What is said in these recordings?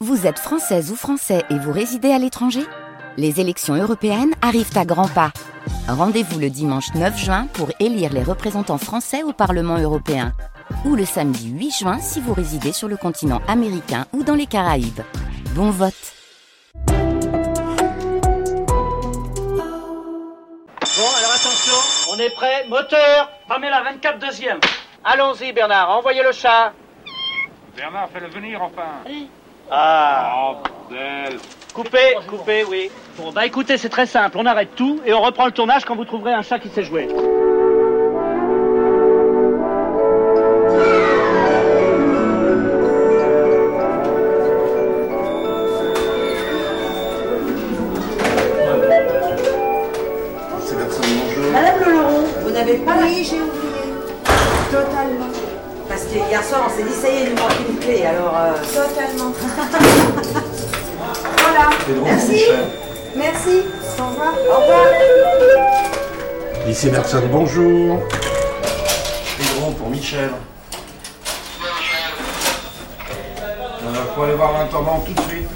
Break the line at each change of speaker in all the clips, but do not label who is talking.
Vous êtes française ou français et vous résidez à l'étranger Les élections européennes arrivent à grands pas. Rendez-vous le dimanche 9 juin pour élire les représentants français au Parlement européen. Ou le samedi 8 juin si vous résidez sur le continent américain ou dans les Caraïbes. Bon vote
Bon, alors attention, on est prêt, moteur Pamela, 24 deuxième Allons-y Bernard, envoyez le chat
Bernard, fais-le venir enfin.
Ah
Oh, bordel.
Coupez, coupez, oui. Bon, bah écoutez, c'est très simple, on arrête tout et on reprend le tournage quand vous trouverez un chat qui sait jouer.
Madame Loloron, vous n'avez pas Oui, j'ai oublié. Totalement. Parce que hier soir, on s'est dit, ça y est, il nous manque une clé, alors... euh, Totalement. voilà. Merci. Merci. Au revoir. Au revoir.
Ici Bertson, bonjour. Pedro pour Michel. Euh, faut aller voir l'intendant tout de suite.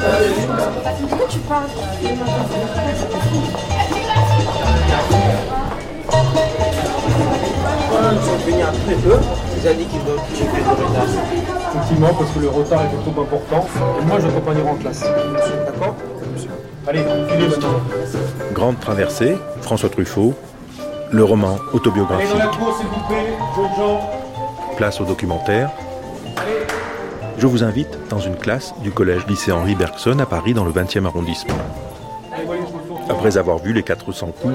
Bah,
Effectivement, parce que le retard était trop important. Et moi, j'accompagnerai en classe. D'accord Allez, filez maintenant.
Grande traversée, François Truffaut, le roman
Allez dans
autobiographique,
la cour, s'il vous plaît, jeunes gens.
place au documentaire. Je vous invite dans une classe du collège lycée Henri Bergson à Paris dans le 20e arrondissement.
Allez, voyez, je vous le tourne.
Après avoir vu les 400 coups,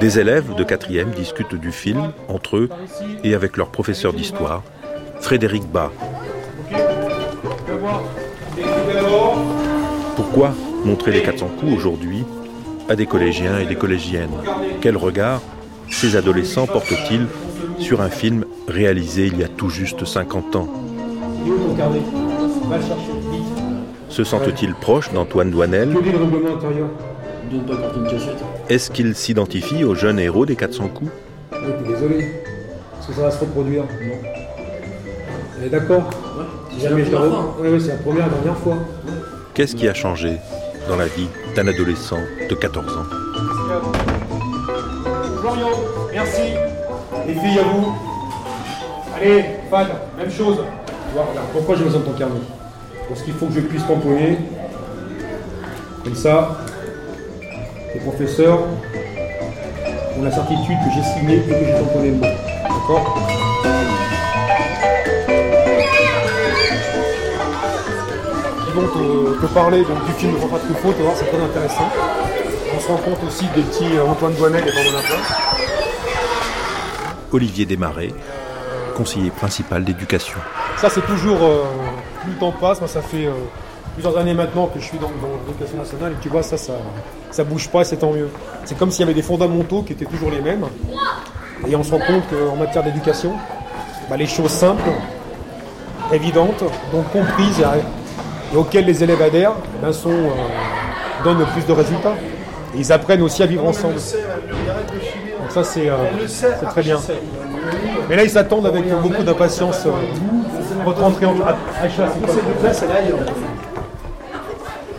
des élèves de 4e discutent du film entre eux et avec leur professeur d'histoire, Frédéric Bas.
Fais voir. Et tout d'abord,
Pourquoi montrer les 400 coups aujourd'hui à des collégiens et des collégiennes Quel regard ces adolescents portent-ils sur un film réalisé il y a tout juste 50 ans
il est où mon carnet Va le chercher.
Se sentent-ils proches d'Antoine Douanel
Que dit le règlement intérieur
Est-ce qu'ils s'identifient aux jeunes héros des 400 coups
Oui, t'es Ah, désolé. Parce que ça va se reproduire. Non. Elle est d'accord Jamais je la revois. Oui, oui, c'est la première et dernière fois.
Qu'est-ce qui a changé dans la vie d'un adolescent de 14 ans
Florian, merci. Les filles, à vous. Allez, Fan, même chose. Tu vois, regarde, pourquoi j'ai besoin de ton carnet Parce qu'il faut que je puisse tamponner. Comme ça, les professeurs ont la certitude que j'ai signé et que j'ai tamponné le mot. D'accord Ils vont te, te parler donc, du film de François Truffaut, tu vas voir, c'est très intéressant. On se rend compte aussi des petits euh, Antoine Boinel et Bernard Laplace.
Olivier Desmarais, conseiller principal d'éducation.
Ça, c'est toujours. euh, plus le temps passe, moi, ça fait euh, plusieurs années maintenant que je suis dans, dans l'éducation nationale, et tu vois, ça, ça, ça bouge pas, c'est tant mieux. C'est comme s'il y avait des fondamentaux qui étaient toujours les mêmes. Et on se rend compte qu'en matière d'éducation, bah, les choses simples, évidentes, donc comprises et, et auxquelles les élèves adhèrent, eh ben, sont, euh, donnent le plus de résultats. Et ils apprennent aussi à vivre ensemble. Donc, ça, c'est euh, c'est très bien. Mais là, ils s'attendent avec beaucoup d'impatience euh, votre entrée en Ah, à- à classe.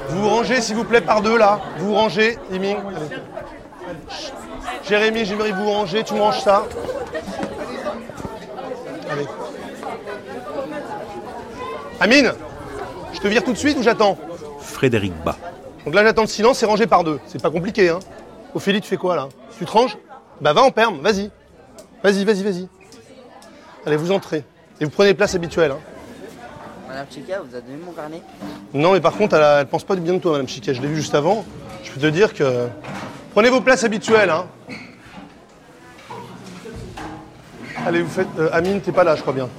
Vous vous rangez, s'il vous plaît, par deux là. Vous vous rangez, Yiming. Chut. Jérémy, j'aimerais vous vous rangez. Tu manges ça. Allez. Amine, je te vire tout de suite ou j'attends
Frédéric Bas.
Donc là, j'attends le silence et rangé par deux. C'est pas compliqué, hein. Ophélie, tu fais quoi là Tu te ranges Bah, va en perme, vas-y. Vas-y, vas-y, vas-y. Allez, vous entrez. Et vous prenez place habituelle. hein.
Madame Chica, vous a donné mon carnet
Non, mais par contre, elle, a- elle pense pas du bien de toi, Madame Chiquet. Je l'ai vu juste avant. Je peux te dire que. Prenez vos places habituelles, hein. Allez, vous faites. euh, Amine, t'es pas là, je crois bien.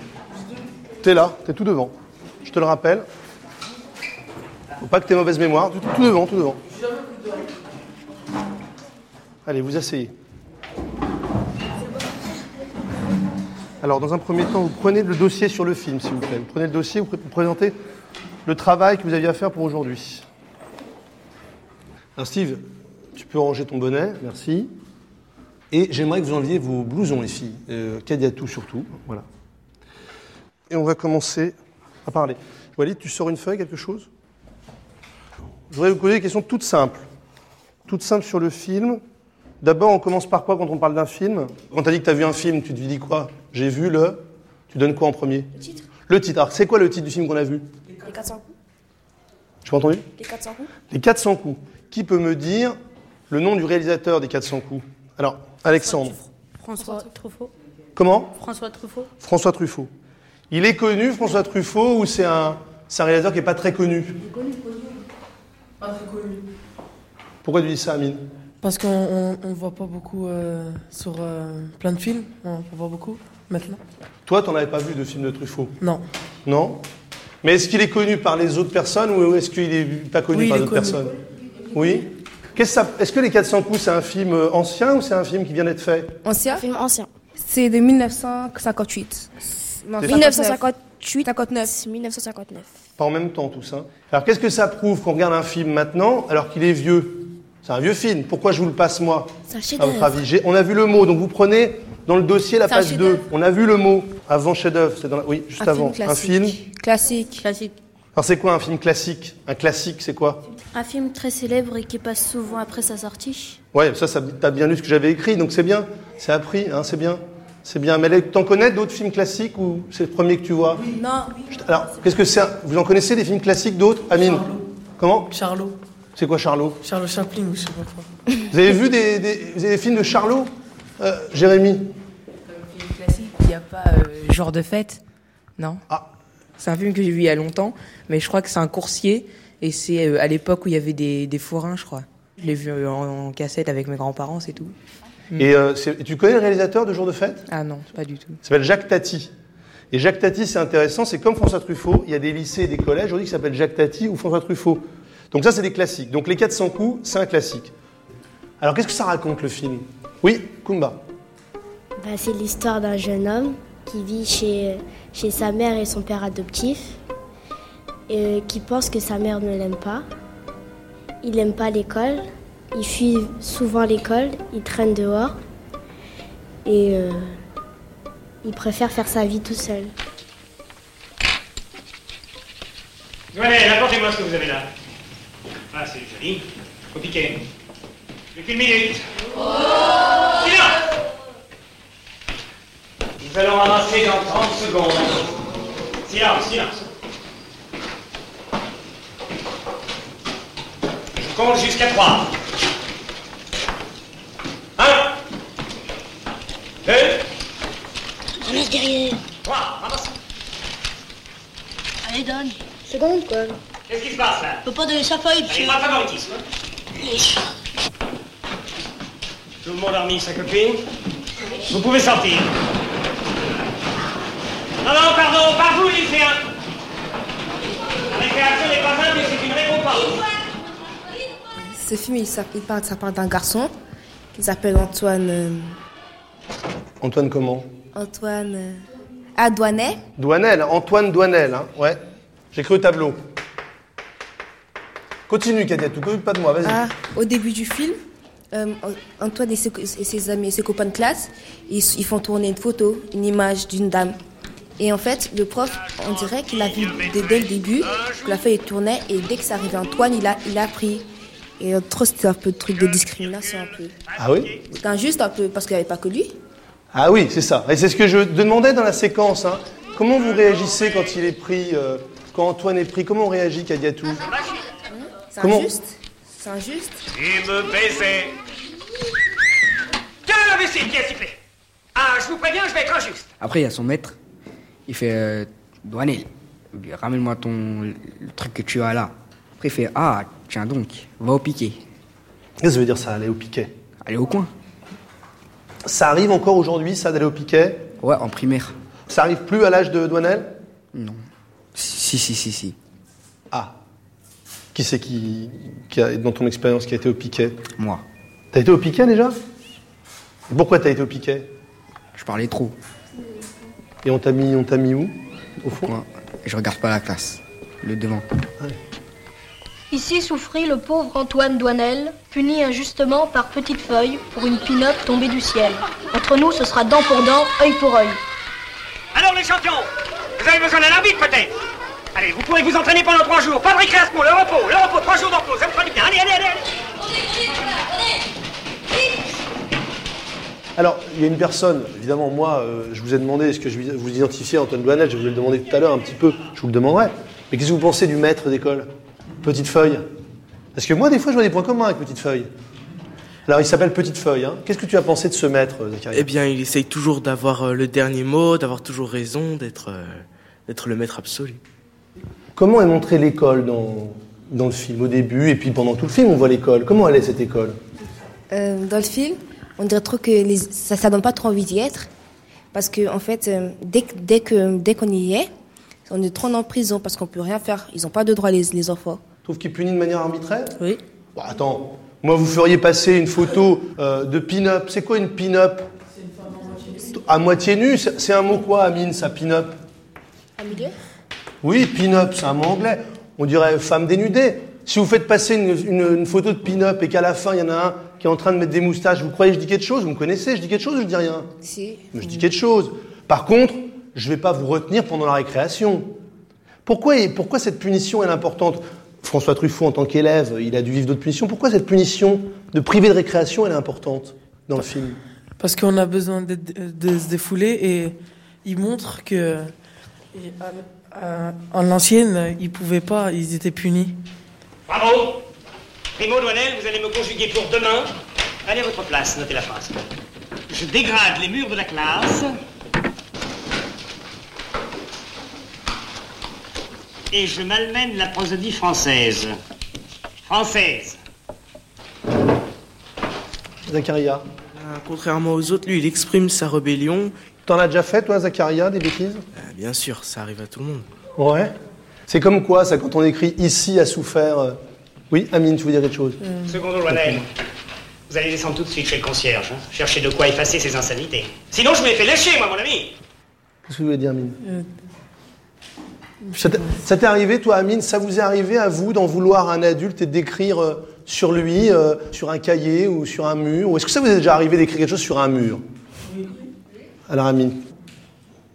T'es là, t'es tout devant. Je te le rappelle. Faut pas que t'aies mauvaise mémoire. Tout, tout devant, tout devant. Allez, vous asseyez. Alors, dans un premier temps, vous prenez le dossier sur le film, s'il vous plaît. Vous prenez le dossier, vous, pr- vous présentez le travail que vous aviez à faire pour aujourd'hui. Alors, Steve, tu peux ranger ton bonnet, merci. Et j'aimerais que vous enleviez vos blousons, les filles. Euh, Kadiatou surtout, voilà. Et on va commencer à parler. Walid, tu sors une feuille, quelque chose Je voudrais vous poser des questions toutes simples. Toutes simples sur le film. D'abord, on commence par quoi quand on parle d'un film Quand t'as dit que t'as vu un film, tu te dis quoi J'ai vu le... Tu donnes quoi en premier
Le titre
Le titre. Alors, c'est quoi le titre du film qu'on a vu
Les 400 coups
Tu m'as entendu
Les 400 coups
Les 400 coups. Qui peut me dire le nom du réalisateur des 400 coups Alors, Alexandre.
François Truffaut.
Comment
François Truffaut
François Truffaut. Il est connu, François Truffaut, ou c'est un, c'est un réalisateur qui n'est pas très connu Pourquoi tu dis ça, Amine
Parce qu'on on, on voit pas beaucoup euh, sur euh, plein de films, on, on voit beaucoup maintenant.
Toi, t'en avais pas vu de film de Truffaut
Non.
Non Mais est-ce qu'il est connu par les autres personnes ou est-ce qu'il n'est pas connu
Oui, il
par
est
d'autres
connu.
personnes Oui Qu'est-ce que ça- Est-ce que Les 400 coups, c'est un film euh, ancien ou c'est un film qui vient d'être fait
Ancien Film ancien.
C'est de 1958. Non,
1958
59. 1959.
Pas en même temps, tout ça. Alors, qu'est-ce que ça prouve qu'on regarde un film maintenant alors qu'il est vieux C'est un vieux film. Pourquoi je vous le passe, moi
C'est un
À votre avis, J'ai- on a vu le mot, donc vous prenez dans le dossier la
C'est un
page 2. On a vu le mot avant chef-d'œuvre, c'est dans la- oui, juste avant. un film.
Classique.
Classique.
Alors c'est quoi un film classique Un classique, c'est quoi
Un film très célèbre et qui passe souvent après sa sortie.
Ouais, ça, ça t'as bien lu ce que j'avais écrit, donc c'est bien, c'est appris, hein, c'est bien, c'est bien. Mais là, t'en connais d'autres films classiques ou c'est le premier que tu vois
Non.
Alors, qu'est-ce que c'est un- Vous en connaissez des films classiques d'autres, Amine Comment
Charlot.
C'est quoi Charlot
Charles Chaplin ou je sais pas quoi.
Vous avez vu des, des- des films de Charlot, Euh, Jérémy
classique, il n'y a pas euh, genre de fête, non
Ah.
C'est un film que j'ai vu il y a longtemps, mais je crois que c'est un coursier, et c'est euh, à l'époque où il y avait des, des forains, je crois. Je l'ai vu euh, en, en cassette avec mes grands-parents, c'est tout.
Et euh, c'est- tu connais le réalisateur de Jour de fête
Ah non, pas du tout.
Il s'appelle Jacques Tati. Et Jacques Tati, c'est intéressant, c'est comme François Truffaut, il y a des lycées et des collèges aujourd'hui qui s'appellent Jacques Tati ou François Truffaut. Donc ça, c'est des classiques. Donc les 400 coups, c'est un classique. Alors qu'est-ce que ça raconte le film Oui, Kumba.
Bah, c'est l'histoire d'un jeune homme qui vit chez, chez sa mère et son père adoptif, et qui pense que sa mère ne l'aime pas. Il n'aime pas l'école, il fuit souvent l'école, il traîne dehors et euh, il préfère faire sa vie tout seul.
Allez, apportez-moi ce que vous avez là. Ah, c'est joli. Compliqué. J'ai qu'une minute. Silence Nous allons ramasser dans 30 secondes. Silence, silence. Je compte jusqu'à 3. 1, 2,
Ramasse derrière.
3. Ramasse.
Allez, donne. Seconde, quoi.
Qu'est-ce qui se passe là
Faut pas donner sa feuille,
Allez, pas de favoritisme. Tout le monde a remis sa copine. Vous pouvez sortir. Non, non, pardon, pas vous, lycéen. La récréation n'est pas un, mais c'est une récompense.
Ce film, il, s'app- il parle, ça parle d'un garçon qui s'appelle Antoine. euh,
Antoine comment
Antoine. euh, Adouanet.
Douanel, Antoine Douanel, hein, ouais. J'ai cru au tableau. Continue, Katia, tu coupes pas de moi, vas-y.
Ah, au début du film, euh, Antoine et ses, et ses amis, ses copains de classe, ils, s- ils font tourner une photo, une image d'une dame. Et en fait, le prof, on dirait qu'il a vu dès, dès le début que la feuille tournait et dès que ça arrivait à Antoine, il a, il a pris. Et euh, trop, c'était un peu de truc de discrimination, un peu.
Ah oui
C'était injuste, un peu, parce qu'il n'y avait pas que lui.
Ah oui, c'est ça. Et c'est ce que je demandais dans la séquence. hein. Comment vous réagissez quand il est pris, euh, quand Antoine est pris Comment on réagit, Kadiatou
C'est
Comment
injuste. C'est injuste.
Et me baiser. Quel est l'imbécile qui a sifflé Ah, je vous préviens, je vais être injuste.
Après, il y a son maître, il fait euh, Douanel, ramène-moi ton le truc que tu as là. Après, il fait Ah, tiens donc, va au piquet.
Qu'est-ce que ça veut dire ça, aller au piquet
Aller au coin.
Ça arrive encore aujourd'hui, ça, d'aller au piquet
Ouais, en primaire.
Ça arrive plus à l'âge de Douanel
Non. Si, si, si, si.
Ah. Qui c'est qui, qui a, dans ton expérience, qui a été au piquet
Moi.
T'as été au piquet déjà Pourquoi t'as été au piquet
Je parlais trop.
Et on t'a mis, on t'a mis où Au fond
Je regarde pas la classe, le devant.
Ici souffrit le pauvre Antoine Douanel, puni injustement par Petite Feuille pour une pinote tombée du ciel. Entre nous, ce sera dent pour dent, œil pour œil.
Alors les champions, vous avez besoin d'un arbitre peut-être Allez, vous pourrez vous entraîner pendant trois jours. Pas de récréation, le repos, le repos, trois jours de repos, ça vous fera du bien. Allez, allez, allez, allez.
Alors, il y a une personne, évidemment, moi, euh, je vous ai demandé, est-ce que je vous identifiais Antoine Douanel Je vous l'ai demandé tout à l'heure un petit peu, je vous le demanderai. Mais qu'est-ce que vous pensez du maître d'école Petite Feuille Parce que moi, des fois, je vois des points communs avec Petite Feuille. Alors, il s'appelle Petite Feuille. hein. Qu'est-ce que tu as pensé de ce maître, Zachary
Eh bien, il essaye toujours d'avoir euh, le dernier mot, d'avoir toujours raison, d'être euh, d'être le maître absolu.
Comment est montrée l'école dans, dans le film au début et puis pendant tout le film on voit l'école Comment elle est cette école
Euh, dans le film, on dirait trop que les- ça, ça donne pas trop envie d'y être. Parce que, en fait, euh, dès, que- dès que, dès qu'on y est, on est trop en prison parce qu'on peut rien faire. Ils ont pas de droit, les, les enfants.
Tu trouves qu'ils punissent de manière arbitraire
Oui.
Bon, attends, moi vous feriez passer une photo euh, de pin-up. C'est quoi une pin-up À moitié nue, c'est c'est un mot quoi, Amine, ça, pin-up Oui, pin-up, c'est un mot anglais. On dirait femme dénudée. Si vous faites passer une, une- une photo de pin-up et qu'à la fin, il y en a un qui est en train de mettre des moustaches, vous croyez que je dis quelque chose Vous me connaissez, je dis quelque chose ou je dis rien
Si.
Mais je dis quelque chose. Par contre, je ne vais pas vous retenir pendant la récréation. Pourquoi, pourquoi cette punition elle est importante François Truffaut, en tant qu'élève, il a dû vivre d'autres punitions. Pourquoi cette punition de priver de récréation elle est importante dans le film
Parce qu'on a besoin d'être- de se défouler et ils montrent que et à- à- en l'ancienne, ils pouvaient pas, ils étaient punis.
Bravo Primo Douanel, vous allez me conjuguer pour demain. Allez à votre place, notez la phrase. Je dégrade les murs de la classe. Et je malmène la prosodie française. Française.
Zacharia
Euh, Contrairement aux autres, lui, il exprime sa rébellion.
T'en as déjà fait, toi, Zacharia, des bêtises
Euh, Bien sûr, ça arrive à tout le monde.
Ouais. C'est comme quoi, ça, quand on écrit ici a souffert. euh, Oui, Amine, tu voulais dire quelque chose
Euh.
Secondo Douanel, vous allez descendre tout de suite chez le concierge. hein. Chercher de quoi effacer ces insanités. Sinon, je me les fais lâcher, moi, mon ami.
Qu'est-ce que vous voulez dire, Amine
Euh.
Ça t'est- ça t'est arrivé, toi, Amine Ça vous est arrivé à vous d'en vouloir à un adulte et d'écrire euh, sur lui, euh, sur un cahier ou sur un mur Ou est-ce que ça vous est déjà arrivé d'écrire quelque chose sur un mur Alors, Amine,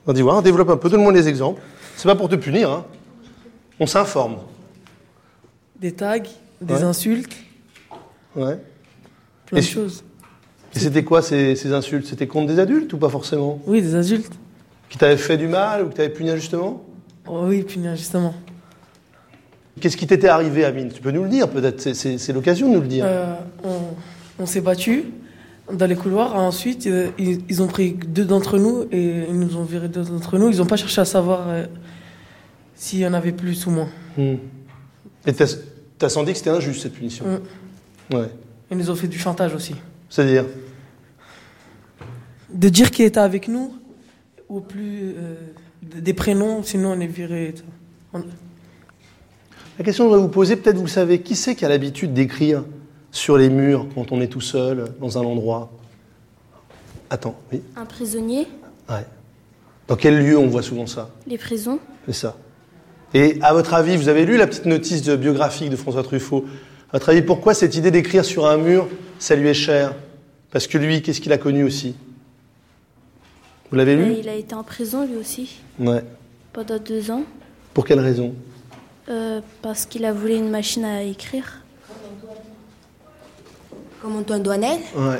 on dit voir, développe un peu, donne-moi des exemples. C'est pas pour te punir, hein. On s'informe.
Des tags, des
Ouais.
insultes,
Ouais.
plein
Et
de
su-
choses.
Et c'était quoi ces, ces insultes C'était contre des adultes ou pas forcément
Oui, des adultes.
Qui t'avaient fait du mal ou que t'avaient puni injustement
Oh oui, punis justement.
Qu'est-ce qui t'était arrivé, Amine Tu peux nous le dire, peut-être. C'est- C'est c'est l'occasion de nous le hein dire.
Euh, on on s'est battu dans les couloirs. Ensuite, euh, ils, ils ont pris deux d'entre nous et ils nous ont viré deux d'entre nous. Ils n'ont pas cherché à savoir euh, s'il y en avait plus ou moins.
Hmm. Et t'as t'as senti que c'était injuste cette punition
Mm.
Ouais.
Ils nous ont fait du chantage aussi.
C'est-à-dire
De dire qui était avec nous, ou plus euh, d- des prénoms, sinon on est viré. et tout. On- euh,
La question que je voudrais vous poser, peut-être vous le savez, qui c'est qui a l'habitude d'écrire sur les murs quand on est tout seul dans un endroit Attends, oui.
Un prisonnier,
Ouais. Dans quel lieu on voit souvent ça
les prisons.
C'est ça. Et à votre avis, vous avez lu la petite notice de- biographique de François Truffaut. À votre avis, pourquoi cette idée d'écrire sur un mur, ça lui est cher Parce que lui, qu'est-ce qu'il a connu aussi Vous l'avez
Euh,
lu
il a été en prison lui aussi
Ouais.
pendant deux ans
Pour quelle raison
euh, parce qu'il a volé une machine à écrire.
Comme Antoine Douanel.
Ouais.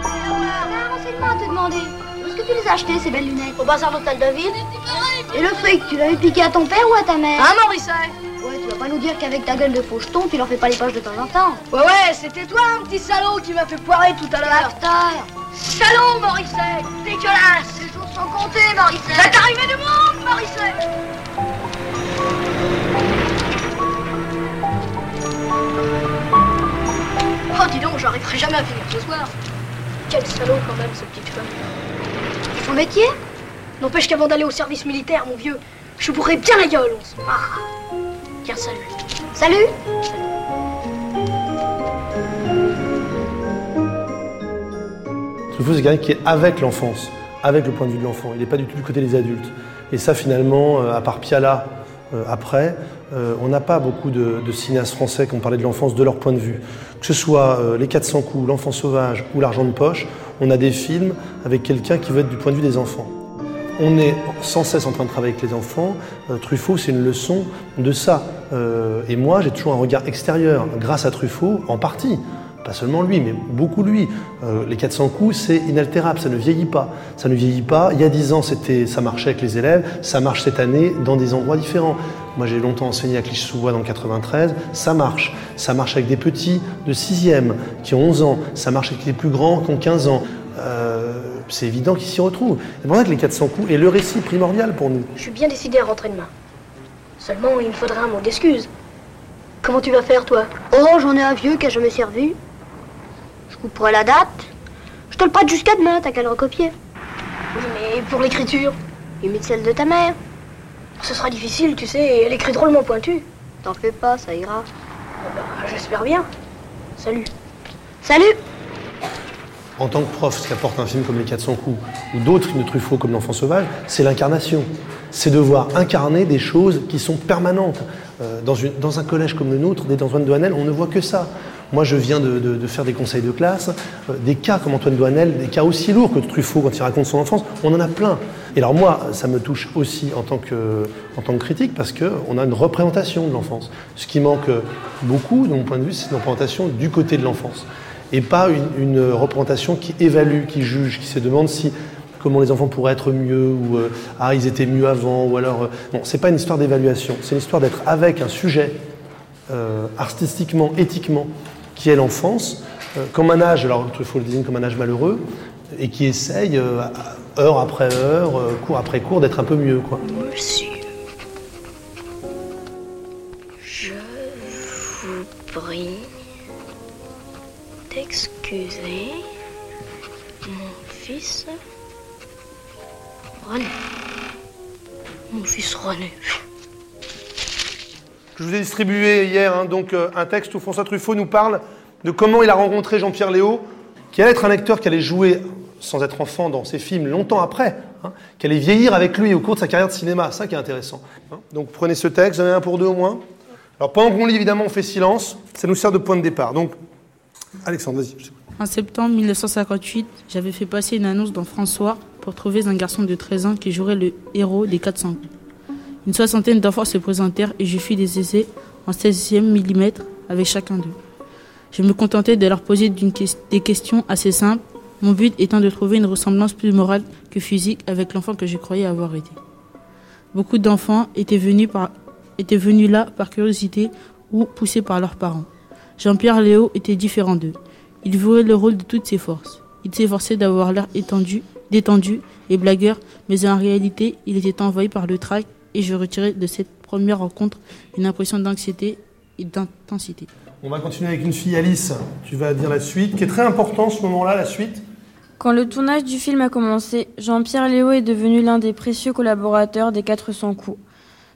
Enseignement à te demander. Où est-ce que tu les as achetées, ces belles lunettes Au bazar d'Hôtel de Ville. Et le fric, tu l'avais piqué à ton père ou à ta mère
Ah,
Ah,
Hein,
Maurice Ouais, tu vas pas nous dire qu'avec ta gueule de faux jeton, tu leur fais pas les pages de temps en temps.
Ouais, ouais, c'était toi, un petit salaud, qui m'a fait poirer tout à l'heure. Salaud, Moricet Dégueulasse Les jours sont comptés, Moricet Va t'arriver du monde, Moricet
Oh, dis donc, j'arriverai jamais à finir ce soir. Quel salaud, quand même, ce petit chouin. C'est son métier N'empêche qu'avant d'aller au service militaire, mon vieux, Je bourrais bien la gueule, on se marre. Tiens, salut. Salut
Ce que je veux, c'est quelqu'un qui est avec l'enfance, avec le point de vue de l'enfant. Il n'est pas du tout du côté des adultes. Et ça, finalement, euh, à part Piala, euh, après, euh, on n'a pas beaucoup de, de cinéastes français qui ont parlé de l'enfance de leur point de vue. Que ce soit euh, Les 400 coups, L'enfant sauvage ou L'argent de poche, on a des films avec quelqu'un qui veut être du point de vue des enfants. On est sans cesse en train de travailler avec les enfants. Euh, Truffaut, c'est une leçon de ça. Euh, et moi, j'ai toujours un regard extérieur, grâce à Truffaut, en partie. Pas seulement lui, mais beaucoup lui. Euh, les 400 coups, c'est inaltérable, ça ne vieillit pas. Ça ne vieillit pas. Il y a 10 ans, c'était, ça marchait avec les élèves, ça marche cette année dans des endroits différents. Moi, j'ai longtemps enseigné à Clichy-sous-Bois dans le 93, ça marche. Ça marche avec des petits de 6e qui ont 11 ans, ça marche avec les plus grands qui ont 15 ans. Euh, c'est évident qu'ils s'y retrouvent. C'est pour ça que les 400 coups est le récit primordial pour nous.
Je suis bien décidé à rentrer demain. Seulement, il me faudra un mot d'excuse. Comment tu vas faire, toi
Oh, j'en ai un vieux qui a jamais servi. Je couperai la date. Je te le prête jusqu'à demain, t'as qu'à le recopier.
Oui, mais pour l'écriture,
Imite celle de ta mère.
ce sera difficile, tu sais, elle écrit drôlement pointu. Ah bah,
T'en fais pas, ça ira.
J'espère bien. Salut.
Salut
En tant que prof, ce qu'apporte un film comme Les 400 coups ou d'autres films de Truffaut comme L'enfant sauvage, c'est l'incarnation. C'est de voir incarner des choses qui sont permanentes. Euh, dans, une- dans un collège comme le nôtre, dès Antoine Douanel, on ne voit que ça. Moi, je viens de, de- de faire des conseils de classe, euh, des cas comme Antoine Douanel, des cas aussi lourds que Truffaut quand il raconte son enfance, on en a plein. Et alors moi, ça me touche aussi en tant que, en tant que critique parce qu'on a une représentation de l'enfance. Ce qui manque beaucoup, de mon point de vue, c'est une représentation du côté de l'enfance et pas une, une représentation qui évalue, qui juge, qui se demande si comment les enfants pourraient être mieux ou euh, ah ils étaient mieux avant ou alors euh, bon c'est pas une histoire d'évaluation, c'est l'histoire d'être avec un sujet euh, artistiquement, éthiquement qui est l'enfance euh, comme un âge, alors Truffaut le désigne comme un âge malheureux et qui essaye euh, à- heure après heure, euh, cours après cours d'être un peu mieux quoi.
Monsieur. Je vous prie d'excuser mon fils René. Mon fils René.
Je vous ai distribué hier hein, donc euh, un texte où François Truffaut nous parle de comment il a rencontré Jean-Pierre Léo, qui allait être un acteur qui allait jouer sans être enfant dans ses films longtemps après, hein, qui allait vieillir avec lui au cours de sa carrière de cinéma. Ça qui est intéressant. hein. Donc prenez ce texte, j'en ai un pour deux au moins. Alors pendant qu'on lit, évidemment, on fait silence. Ça nous sert de point de départ. Donc, Alexandre, vas-y. je t'écoute.
En septembre 1958, j'avais fait passer une annonce dans François pour trouver un garçon de 13 ans qui jouerait le héros des 400 coups. Une soixantaine d'enfants se présentèrent et je fis des essais en 16e mm avec chacun d'eux. Je me contentais de leur poser d'une ques- des questions assez simples, mon but étant de trouver une ressemblance plus morale que physique avec l'enfant que je croyais avoir été. Beaucoup d'enfants étaient venus, par- étaient venus là par curiosité ou poussés par leurs parents. Jean-Pierre Léo était différent d'eux. Il jouait le rôle de toutes ses forces. Il s'efforçait d'avoir l'air étendu, détendu et blagueur, mais en réalité, il était envahi par le trac et je retirais de cette première rencontre une impression d'anxiété et d'intensité.
On va continuer avec une fille, Alice. Tu vas dire la suite, qui est très important ce moment-là, la suite.
Quand le tournage du film a commencé, Jean-Pierre Léo est devenu l'un des précieux collaborateurs des 400 coups.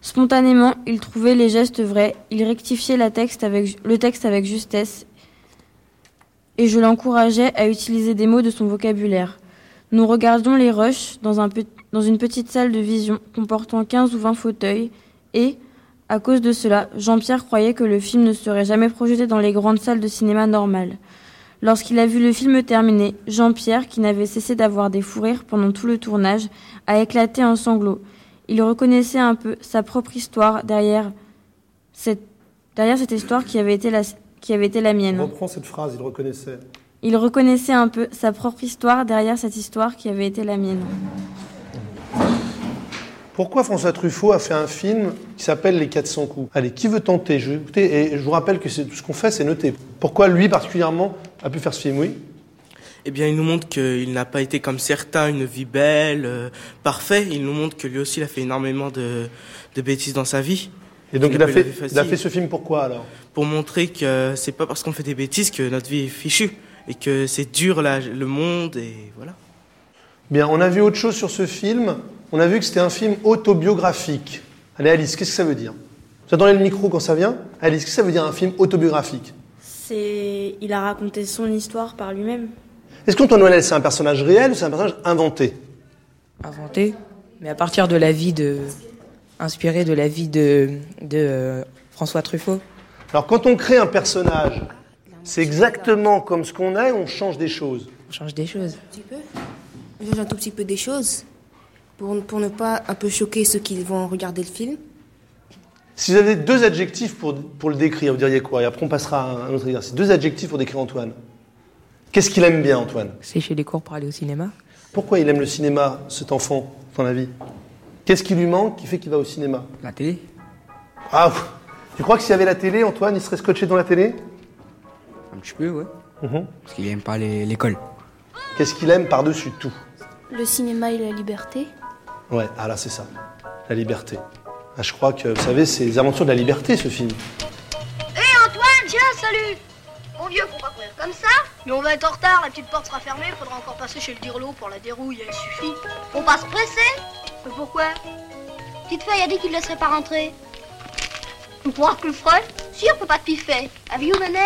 Spontanément, il trouvait les gestes vrais, il rectifiait la texte avec ju- le texte avec justesse et je l'encourageais à utiliser des mots de son vocabulaire. Nous regardions les rushs dans, un pe- dans une petite salle de vision comportant 15 ou 20 fauteuils et, à cause de cela, Jean-Pierre croyait que le film ne serait jamais projeté dans les grandes salles de cinéma normales. Lorsqu'il a vu le film terminé, Jean-Pierre, qui n'avait cessé d'avoir des fous rires pendant tout le tournage, a éclaté en sanglots. Il reconnaissait un peu sa propre histoire derrière cette, derrière cette histoire qui avait été la, qui avait été la mienne.
Reprends cette phrase, il reconnaissait.
Il reconnaissait un peu sa propre histoire derrière cette histoire qui avait été la mienne.
Pourquoi François Truffaut a fait un film qui s'appelle Les 400 coups Allez, qui veut tenter Je vais écouter et je vous rappelle que c'est- tout ce qu'on fait, c'est noter. Pourquoi lui particulièrement a pu faire ce film Oui.
Eh bien, il nous montre qu'il n'a pas été comme certains, une vie belle, euh, parfait. Il nous montre que lui aussi, il a fait énormément de, de bêtises dans sa vie.
Et donc
Qu'il
il a,
pas
fait,
eu la vie
il a
facile.
fait ce film pourquoi alors
Pour montrer que c'est pas parce qu'on fait des bêtises que notre vie est fichue. Et que c'est dur, là, le monde, et voilà.
Bien, on a vu autre chose sur ce film. On a vu que c'était un film autobiographique. Allez, Alice, qu'est-ce que ça veut dire J'attendais le micro quand ça vient. Alice, qu'est-ce que ça veut dire un film autobiographique
C'est. Il a raconté son histoire par lui-même.
Est-ce qu'Antoine Noël, c'est un personnage réel ou c'est un personnage inventé
Inventé, mais à partir de la vie de. inspiré de la vie de. de euh, François Truffaut.
Alors, quand on crée un personnage, c'est exactement comme ce qu'on est, on change des choses.
On change des choses.
Un petit peu. On change un tout petit peu des choses pour, pour ne pas un peu choquer ceux qui vont regarder le film.
Si vous avez deux adjectifs pour, pour le décrire, vous diriez quoi Et après, on passera à un autre exercice. Deux adjectifs pour décrire Antoine. Qu'est-ce qu'il aime bien, Antoine
C'est chez les cours pour aller au cinéma.
Pourquoi il aime le cinéma, cet enfant, à ton avis Qu'est-ce qui lui manque qui fait qu'il va au cinéma
La télé.
Ah, pff. tu crois que s'il y avait la télé, Antoine, il serait scotché dans la télé
Un petit peu, ouais.
Mhm.
Parce qu'il aime pas les- l'école.
Qu'est-ce qu'il aime par-dessus tout
Le cinéma et la liberté.
Ouais, ah là, c'est ça. La liberté. Ah, je crois que, vous savez, c'est les aventures de la liberté, ce film.
Hé Eh, Antoine, tiens, salut Mon vieux, faut pas courir comme ça, mais on va être en retard, la petite porte sera fermée, faudra encore passer chez le dirlo pour la dérouille, elle suffit. On passe pressé Mais pourquoi Petite feuille a dit qu'il ne laisserait pas rentrer. Tu crois que le ferait Si, on peut pas te piffer. Have you money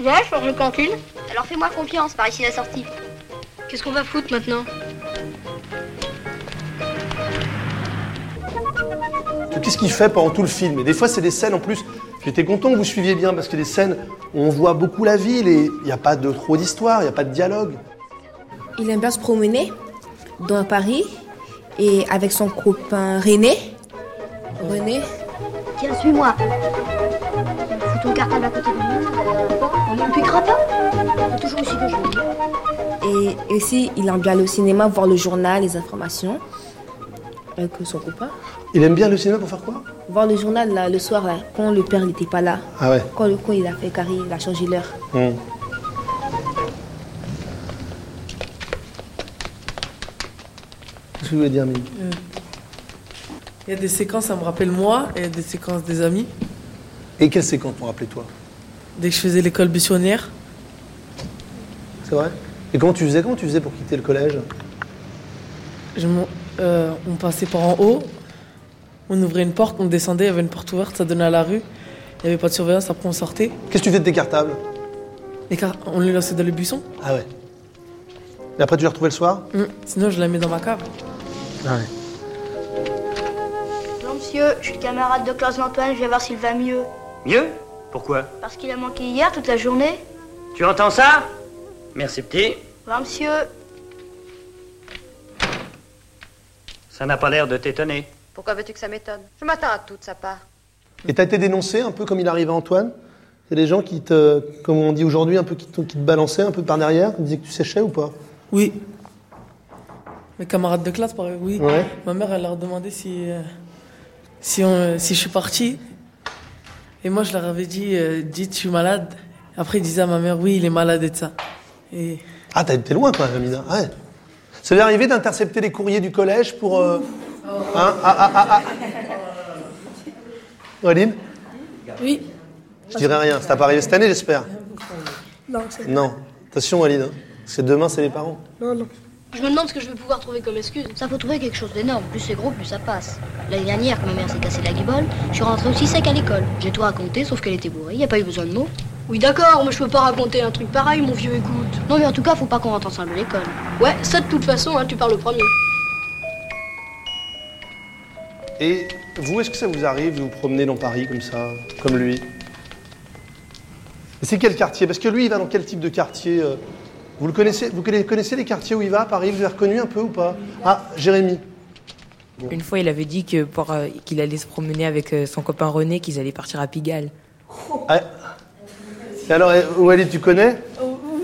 Ouais, je change de cantine. Alors fais-moi confiance, par ici la sortie. Qu'est-ce qu'on va foutre maintenant
Qu'est-ce qu'il fait pendant tout le film Et des fois, c'est des scènes en plus. J'étais content que vous suiviez bien parce que les scènes où on voit beaucoup la ville et il n'y a pas de trop d'histoire, il n'y a pas de dialogue.
Il aime bien se promener dans Paris et avec son copain René. René.
Tiens, suis-moi. Fous ton cartable à côté de moi. On est plus gratin. On est toujours aussi de
Et aussi, il aime bien aller au cinéma, voir le journal, les informations. Avec son copain.
Il aime bien le cinéma pour faire quoi
Voir le journal là, le soir, là, quand le père n'était pas là.
Ah ouais.
Quand le con il a fait carré, il a changé l'heure.
Hmm. Qu'est-ce que vous voulez dire, Mimi
Euh, Il y a des séquences, ça me rappelle moi, et il y a des séquences des amis.
Et quelle séquence, pour rappeler toi
Dès que je faisais l'école buissonnière,
C'est vrai Et comment tu faisais Comment tu faisais pour quitter le collège
je m'en- euh, on passait par en haut, on ouvrait une porte, on descendait, il y avait une porte ouverte, ça donnait à la rue. Il n'y avait pas de surveillance, après on sortait.
Qu'est-ce que tu faisais de tes cartables
Les car- on les lançait dans le buisson.
Ah ouais. Et après, tu l'as retrouvé le soir
Hum, Sinon, je la mets dans ma cave.
Ah ouais.
Bonjour monsieur, je suis le camarade de classe d'Antoine, je vais voir s'il va mieux.
Mieux Pourquoi
Parce qu'il a manqué hier toute la journée.
Tu entends ça Merci petit.
Bonjour Hein, monsieur.
Ça n'a pas l'air de t'étonner.
Pourquoi veux-tu que ça m'étonne Je m'attends à tout de sa part.
Et t'as été dénoncé un peu comme il arrivait à Antoine C'est des gens qui te, comme on dit aujourd'hui, un peu qui te, qui te balançaient un peu par derrière, qui disaient que tu séchais ou pas
Oui. Mes camarades de classe, par oui.
Ouais.
Ma mère, elle leur demandait si, euh, si, on- si je suis parti. Et moi, je leur avais dit, euh, dites, je suis malade. Après, ils disaient à ma mère, oui, il est malade et de ça. Et
Ah, t'as été loin quand même, Amina. Ouais. Ça lui est arrivé d'intercepter les courriers du collège pour. euh, hein, ah, ah, ah, ah. Auréline
Oui.
Je dirais rien. Ça t'a pas arrivé cette année, j'espère
Non, c'est
Non. Attention, Auréline. hein, Parce que demain, c'est les parents.
Non, non. Je me demande ce que je vais pouvoir trouver comme excuse. Ça faut trouver quelque chose d'énorme. Plus c'est gros, plus ça passe. L'année dernière, quand ma mère s'est cassée la guibole, je suis rentrée aussi sec à l'école. J'ai tout raconté, sauf qu'elle était bourrée. Y a pas eu besoin de mots. Oui, d'accord, mais je peux pas raconter un truc pareil, mon vieux, écoute. Non, mais en tout cas, faut pas qu'on rentre ensemble à l'école. Ouais, ça de toute façon, hein, tu parles le premier.
Et vous, est-ce que ça vous arrive de vous promener dans Paris comme ça, comme lui Et c'est quel quartier Parce que lui, il va dans quel type de quartier euh, Vous le connaissez Vous conna- connaissez les quartiers où il va à Paris Vous l'avez reconnu un peu ou pas Ah, Jérémy.
Une fois, il avait dit que pour, euh, qu'il allait se promener avec euh, son copain René, qu'ils allaient partir à Pigalle.
Ah, et alors, euh, Walid, tu connais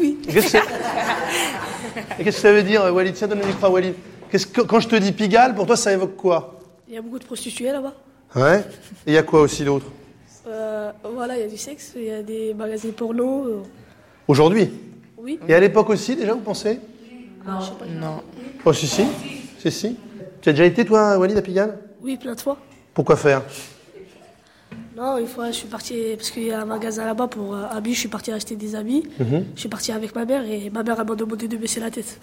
Oui.
Qu'est-ce que, et qu'est-ce que ça veut dire, euh, Walid Tiens, donne le micro à Walid. Qu'est-ce que- quand je te dis Pigalle, pour toi, ça évoque quoi
Il y a beaucoup de prostituées là-bas.
Ouais. Et il y a quoi aussi d'autre
Euh, voilà, il y a du sexe, il y a des magasins porno. euh,
Aujourd'hui
Oui.
Et à l'époque aussi, déjà, vous pensez
je sais pas.
Oh, si, si. Si, si. Tu as déjà été, toi, Walid, à Pigalle
Oui, plein de fois.
Pourquoi faire
Non, une fois, je suis parti parce qu'il y a un magasin là-bas pour euh, habits. Je suis parti acheter des habits.
Mhm.
Je suis parti avec ma mère et ma mère elle m'a demandé de baisser la tête.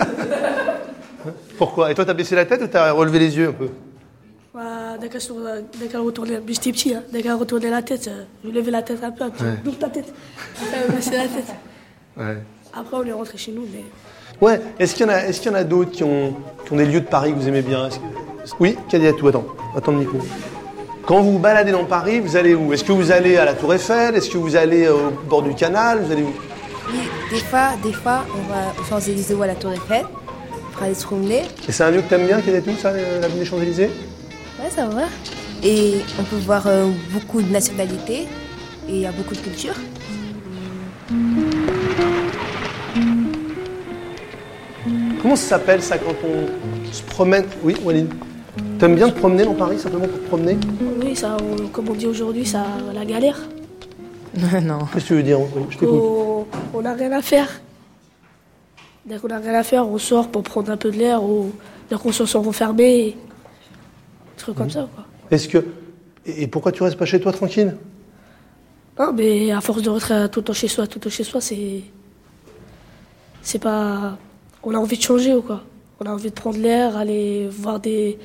Pourquoi Et toi, t'as baissé la tête ou t'as relevé les yeux un peu
Bah, dès qu'elle tourne- dès qu'elle retournait, mais j'étais petit, hein, dès qu'elle retournait la tête, euh, je levais la tête un peu, après,
Ouais.
double ta tête. Elle me baissait la tête.
Ouais.
Après, on est rentré chez nous, mais
Ouais, est-ce qu'il y en a, est-ce qu'il y en a d'autres qui ont, qui ont des lieux de Paris que vous aimez bien Est-ce que- Oui, Kadia tout, attends, attends le micro. Quand vous vous baladez dans Paris, vous allez où Est-ce que vous allez à la Tour Eiffel Est-ce que vous allez au bord du canal Vous allez où
Des fois, des fois, on va aux Champs-Élysées ou à la Tour Eiffel pour aller se promener.
Et c'est un lieu que t'aimes bien, Kadia tout, ça, euh, l'avenue des Champs-Élysées
Ouais, ça va. Et on peut voir euh, beaucoup de nationalités et il y a beaucoup de cultures.
Comment ça s'appelle ça quand on se promène Oui, Walid. T'aimes bien te promener dans Paris, simplement pour te promener
oui, ça, on- comme on dit aujourd'hui, ça la galère.
Non. Qu'est-ce que tu veux dire Walid Je t'écoute.
On on n'a rien à faire. Dès qu'on n'a rien à faire, on sort pour prendre un peu de l'air ou dès qu'on se sent renfermé, des trucs comme ça, quoi.
Est-ce que. Et et pourquoi tu restes pas chez toi tranquille
Non, Ah, mais à force de rentrer à tout le temps chez soi, tout le temps chez soi, c'est. C'est pas. On a envie de changer ou quoi On a envie de prendre l'air, aller voir des.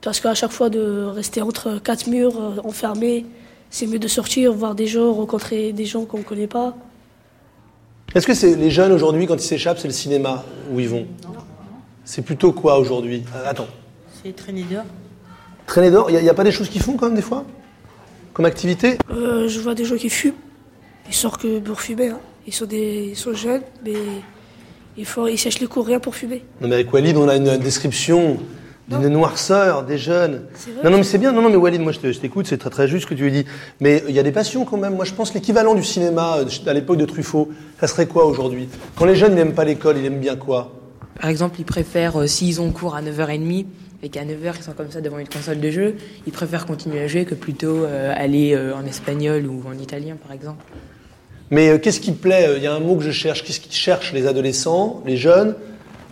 Parce qu'à chaque fois de rester entre quatre murs, euh, enfermé, c'est mieux de sortir, voir des gens, rencontrer des gens qu'on connaît pas.
Est-ce que c'est les jeunes aujourd'hui, quand ils s'échappent, c'est le cinéma où ils vont C'est plutôt quoi aujourd'hui Euh, Attends.
C'est traîné dehors.
Traîner dehors, il n'y a, pas des choses qu'ils font quand même des fois Comme activité
Euh, je vois des gens qui fument. Ils sortent que pour fumer. hein. Ils, sont des... ils sont jeunes, mais ils, font... ils sèchent les cours rien pour fumer.
Non mais avec Walid, on a une description d'une noirceur des jeunes.
C'est vrai.
Non, non mais c'est bien, non, non mais Walid, moi je te- je t'écoute, c'est très très juste ce que tu dis. Mais il y a des passions quand même. Moi je pense l'équivalent du cinéma euh, à l'époque de Truffaut, ça serait quoi aujourd'hui Quand les jeunes ils n'aiment pas l'école, ils aiment bien quoi
Par exemple, ils préfèrent, euh, s'ils ont cours à 9h30 et qu'à 9h ils sont comme ça devant une console de jeu, ils préfèrent continuer à jouer que plutôt euh, aller euh, en espagnol ou en italien par exemple.
Mais euh, qu'est-ce qui plaît Euh, Il y a un mot que je cherche. Qu'est-ce qui cherchent les adolescents, les jeunes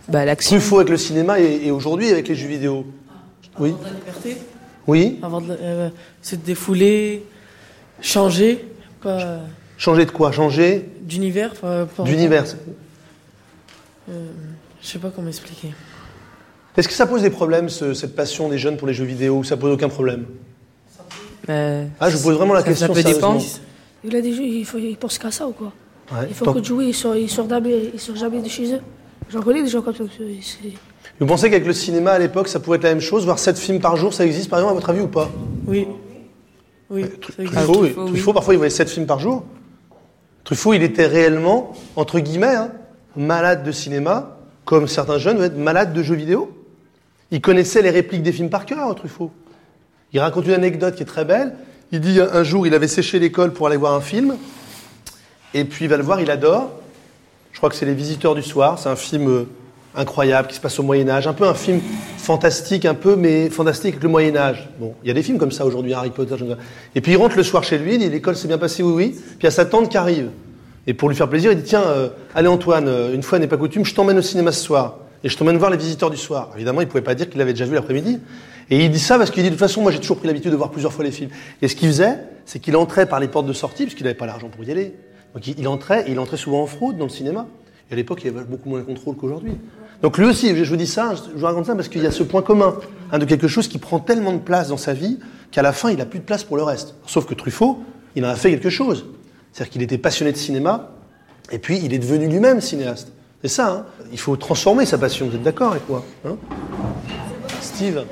bah,
Truffaut avec le cinéma et, et aujourd'hui avec les jeux vidéo. Oui
liberté.
Oui
Avoir de la- euh, se défouler, changer quoi, euh,
Changer de quoi Changer
d'univers. enfin, pour-
d'univers.
Euh, je sais pas comment expliquer.
Est-ce que ça pose des problèmes, ce- cette passion des jeunes pour les jeux vidéo ou ça pose aucun problème Ah, je vous pose vraiment la
Euh, ça- Ça
question
peut dépendre.
sérieusement.
Il a des jeux, il, faut, il pense qu'à ça ou quoi
Ouais,
Il faut
tant-
que de jouer, ils sortent ils sortent jamais, ils sortent jamais de chez eux. J'en connais des gens comme ça. c'est- c'est-
Vous pensez qu'avec le cinéma à l'époque, ça pouvait être la même chose, voir 7 films par jour, ça existe par exemple à votre avis ou pas
Oui. Oui. ça existe.
Truffaut, oui. Truffaut, parfois il voyait 7 films par jour. Truffaut, il était réellement, entre guillemets, hein, malade de cinéma, comme certains jeunes doivent être malades de jeux vidéo. Il connaissait les répliques des films par cœur, hein, Truffaut. Il raconte une anecdote qui est très belle. Il dit un jour, il avait séché l'école pour aller voir un film. Et puis il va le voir, il adore. Je crois que c'est Les Visiteurs du Soir. C'est un film euh, incroyable qui se passe au Moyen-Âge. Un peu un film fantastique, un peu, mais fantastique avec le Moyen-Âge. Bon, il y a des films comme ça aujourd'hui, Harry Potter, je ne sais pas. Et puis il rentre le soir chez lui, il dit L'école s'est bien passée, oui, oui. Puis il y a sa tante qui arrive. Et pour lui faire plaisir, il dit Tiens, euh, allez Antoine, euh, une fois n'est pas coutume, je t'emmène au cinéma ce soir. Et je t'emmène voir Les Visiteurs du Soir. Évidemment, il ne pouvait pas dire qu'il l'avait déjà vu l'après-midi. Et il dit ça parce qu'il dit de toute façon, moi j'ai toujours pris l'habitude de voir plusieurs fois les films. Et ce qu'il faisait, c'est qu'il entrait par les portes de sortie, parce qu'il n'avait pas l'argent pour y aller. Donc il, il entrait, et il entrait souvent en fraude dans le cinéma. Et à l'époque, il y avait beaucoup moins de contrôle qu'aujourd'hui. Donc lui aussi, je, je vous dis ça, je, je vous raconte ça parce qu'il y a ce point commun hein, de quelque chose qui prend tellement de place dans sa vie qu'à la fin, il n'a plus de place pour le reste. Sauf que Truffaut, il en a fait quelque chose. C'est-à-dire qu'il était passionné de cinéma, et puis il est devenu lui-même cinéaste. C'est ça, hein. il faut transformer sa passion, vous êtes d'accord avec moi hein Steve,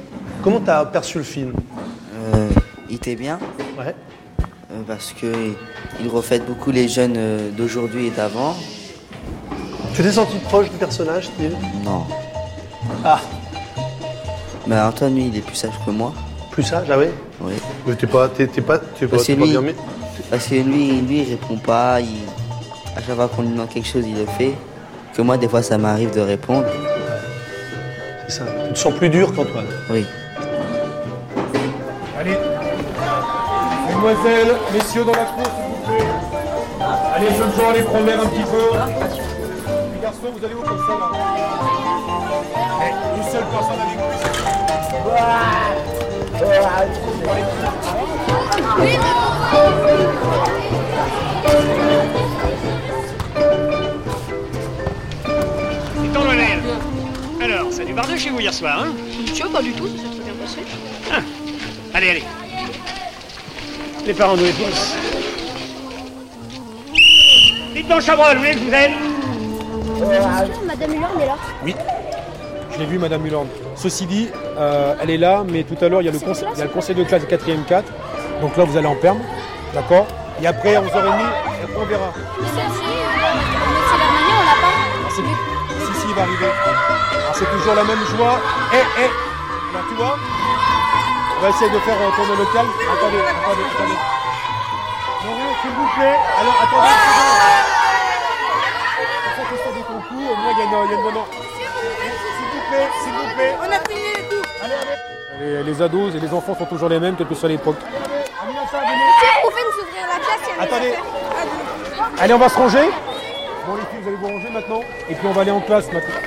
comment t'as perçu le film
Euh, il était bien. Euh,
Ouais.
parce que il refait beaucoup les jeunes euh, d'aujourd'hui et d'avant.
Tu t'es senti proche du personnage, Steve
Non.
Ah
Mais Antoine, lui, il est plus sage que moi.
Plus sage, ah oui
Oui.
Mais t'es pas, t'es, t'es pas, t'es Bah, pas,
Parce que
t'es pas
lui,
bien mis.
parce que lui, lui, il répond pas. il- À chaque fois qu'on lui demande quelque chose, il le fait. Que moi, des fois, ça m'arrive de répondre.
C'est ça. Tu te sens plus dur qu'Antoine.
Oui.
Allez, mesdemoiselles, messieurs dans la cour, s'il vous plaît. Allez, jeunes gens, allez prendre l'air un petit peu. Les garçons, vous allez où comme ça là Eh, Une seule personne avec
Et ton Lionel Alors, ça a dû barder chez vous hier soir, hein
Tu vois, pas du tout, ça s'est très bien passé.
Ah. Allez, allez. Les parents nous les poussent. Dites-moi, Chabrol, vous voulez que je vous aide
Euh, hein,
Madame Hulorn est là.
Oui. Je l'ai vu, Madame Mulande. Ceci dit, euh, elle est là, mais tout à l'heure, il y a le, conse- il y a le conseil de classe de 4e 4. Donc là, vous allez en perme, d'accord Et après, à 11h30, après, on verra. Ah, c'est- Si, si, il va arriver. Ah, c'est toujours la même joie. Eh, eh Là, tu vois On va essayer de faire euh, tourner le calme. Attendez, attendez, attendez. Maurice, s'il vous plaît. Alors, attendez. attendez. On fait question des concours. Au moins, il y a une, il y a une bonne... S'il vous plaît, s'il vous plaît. On a fini les coups. Allez, allez. Les, les ados et les enfants sont toujours les mêmes, quelle que soit l'époque.
Vous pouvez nous ouvrir la classe, il y a Ah,
Attendez.
rien à faire.
Allez, on va se ranger. Bon, les filles, vous allez vous ranger maintenant. Et puis, on va aller en classe maintenant.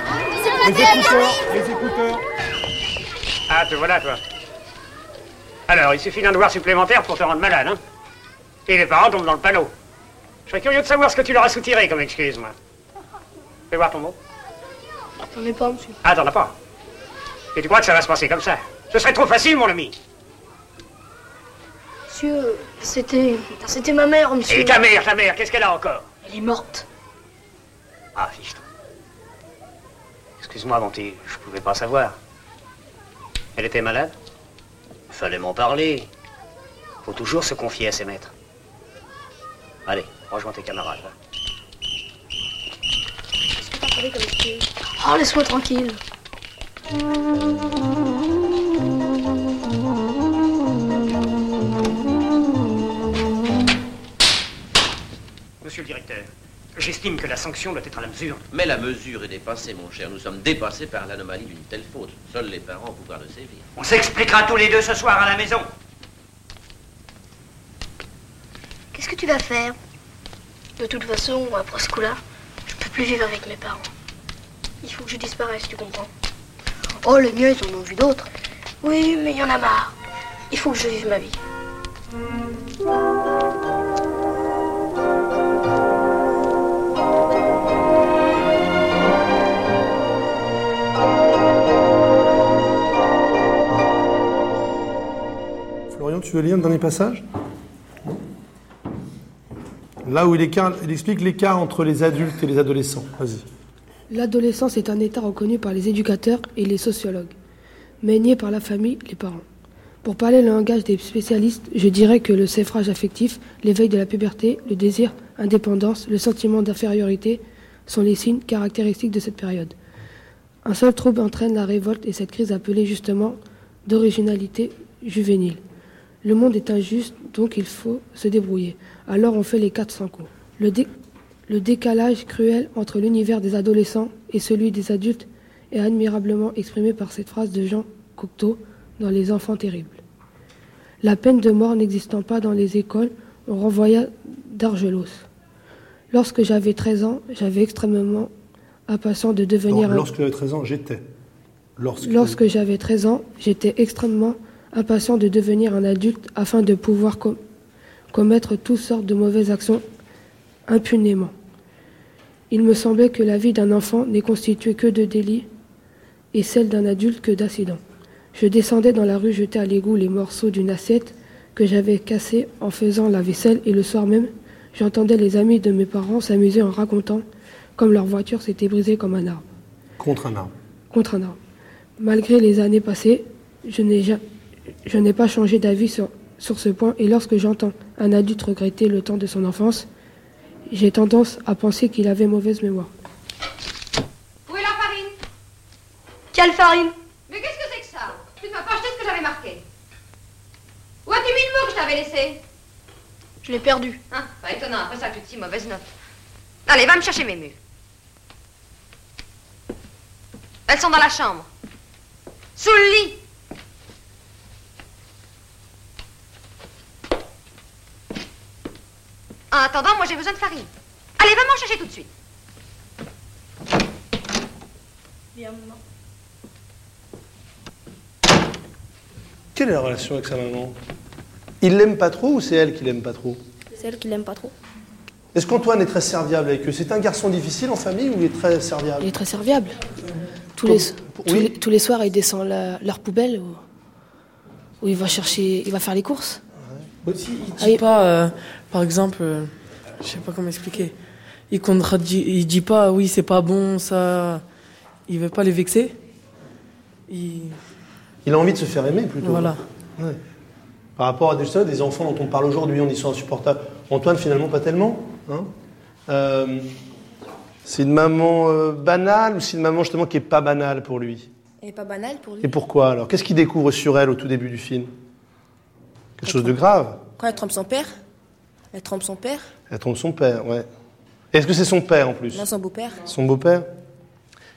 Les écouteurs, les écouteurs.
Ah, te voilà, toi. Alors, il suffit d'un devoir supplémentaire pour te rendre malade, hein Et les parents tombent dans le panneau. Je serais curieux de savoir ce que tu leur as soutiré comme excuse, moi. Fais voir ton mot.
J'en ai pas, monsieur.
Ah, t'en as pas. Et tu crois que ça va se passer comme ça Ce serait trop facile, mon ami.
Monsieur, c'était. C'était ma mère, monsieur.
Et ta mère, ta mère, qu'est-ce qu'elle a encore
Elle est morte.
Ah, fiche-toi. Excuse-moi, Monty, je pouvais pas savoir. Elle était malade Fallait m'en parler. Faut toujours se confier à ses maîtres. Allez, rejoins tes camarades. hein. va.
Oh, laisse-moi tranquille.
Monsieur le directeur, j'estime que la sanction doit être à la mesure.
Mais la mesure est dépassée, mon cher. Nous sommes dépassés par l'anomalie d'une telle faute. Seuls les parents pouvoir le sévir.
On s'expliquera tous les deux ce soir à la maison.
Qu'est-ce que tu vas faire De toute façon, après ce coup-là, je peux plus vivre avec mes parents. Il faut que je disparaisse, tu comprends
Oh, les miens, ils en ont vu d'autres.
Oui, mais il y en a marre. Il faut que je vive ma vie.
Florian, tu veux lire le dernier passage Là où il, écart- il explique l'écart entre les adultes et les adolescents. Vas-y.
L'adolescence est un état reconnu par les éducateurs et les sociologues, mais nié par la famille, les parents. Pour parler le langage des spécialistes, je dirais que le suffrage affectif, l'éveil de la puberté, le désir, indépendance, le sentiment d'infériorité sont les signes caractéristiques de cette période. Un seul trouble entraîne la révolte et cette crise appelée justement d'originalité juvénile. Le monde est injuste, donc il faut se débrouiller. Alors on fait les 400 coups. Le, dé- le décalage cruel entre l'univers des adolescents et celui des adultes est admirablement exprimé par cette phrase de Jean Cocteau dans Les Enfants terribles. La peine de mort n'existant pas dans les écoles, on renvoya d'Argelos. Lorsque j'avais 13 ans, j'avais extrêmement impatient de
Non,
devenir un-
lorsque j'avais 13 ans, j'étais. Lorsque.
euh, Lorsque j'avais 13 ans, j'étais extrêmement impatient de devenir un adulte afin de pouvoir com- commettre toutes sortes de mauvaises actions impunément. Il me semblait que la vie d'un enfant n'est constituée que de délits et celle d'un adulte que d'accidents. Je descendais dans la rue jeter à l'égout les morceaux d'une assiette que j'avais cassée en faisant la vaisselle et le soir même, j'entendais les amis de mes parents s'amuser en racontant comme leur voiture s'était brisée comme un arbre
Contre un arbre.
contre un arbre. Malgré les années passées, je n'ai, ja- je n'ai pas changé d'avis sur, sur ce point et lorsque j'entends un adulte regretter le temps de son enfance, j'ai tendance à penser qu'il avait mauvaise mémoire.
Où est la farine
Quelle farine
Mais qu'est-ce que c'est que ça Tu ne m'as pas acheté ce que j'avais marqué. Où as-tu mis le mot que je t'avais laissé
Je l'ai perdu.
Hein Pas étonnant, après ça, que tu te dis mauvaise note. Allez, va me chercher mes mules. Elles sont dans la chambre. Sous le lit. En attendant, moi j'ai besoin de farine. Allez, va m'en chercher tout de suite.
Bien, maman.
Quelle est la relation avec sa maman Il l'aime pas trop ou c'est elle qui l'aime pas trop
C'est elle qui l'aime pas trop.
Est-ce qu'Antoine est très serviable avec eux C'est un garçon difficile en famille ou il est très serviable
Il est très serviable. Tous les,
tous
les, tous les soirs, il descend la- leur poubelle. ou- où il va chercher, il va faire les courses.
Aussi, il dit pas, euh, par exemple, euh, je sais pas comment expliquer. Il contredit, il dit pas, oui, c'est pas bon, ça. Il veut pas les vexer. Il...
Il a envie de se faire aimer plutôt.
Voilà.
Ouais. Par rapport à des, ça, des enfants dont on parle aujourd'hui, on dit sont insupportables. Antoine, finalement, pas tellement. hein. Euh, c'est une maman euh, banale ou c'est une maman justement qui est pas banale pour lui
Elle est pas banale pour lui.
Et pourquoi alors Qu'est-ce qu'il découvre sur elle au tout début du film Quelque chose de grave.
Quand elle trompe son père, elle trompe son père,
Elle trompe son père, ouais. Est-ce que c'est son père en plus
non, son beau-père.
Son beau-père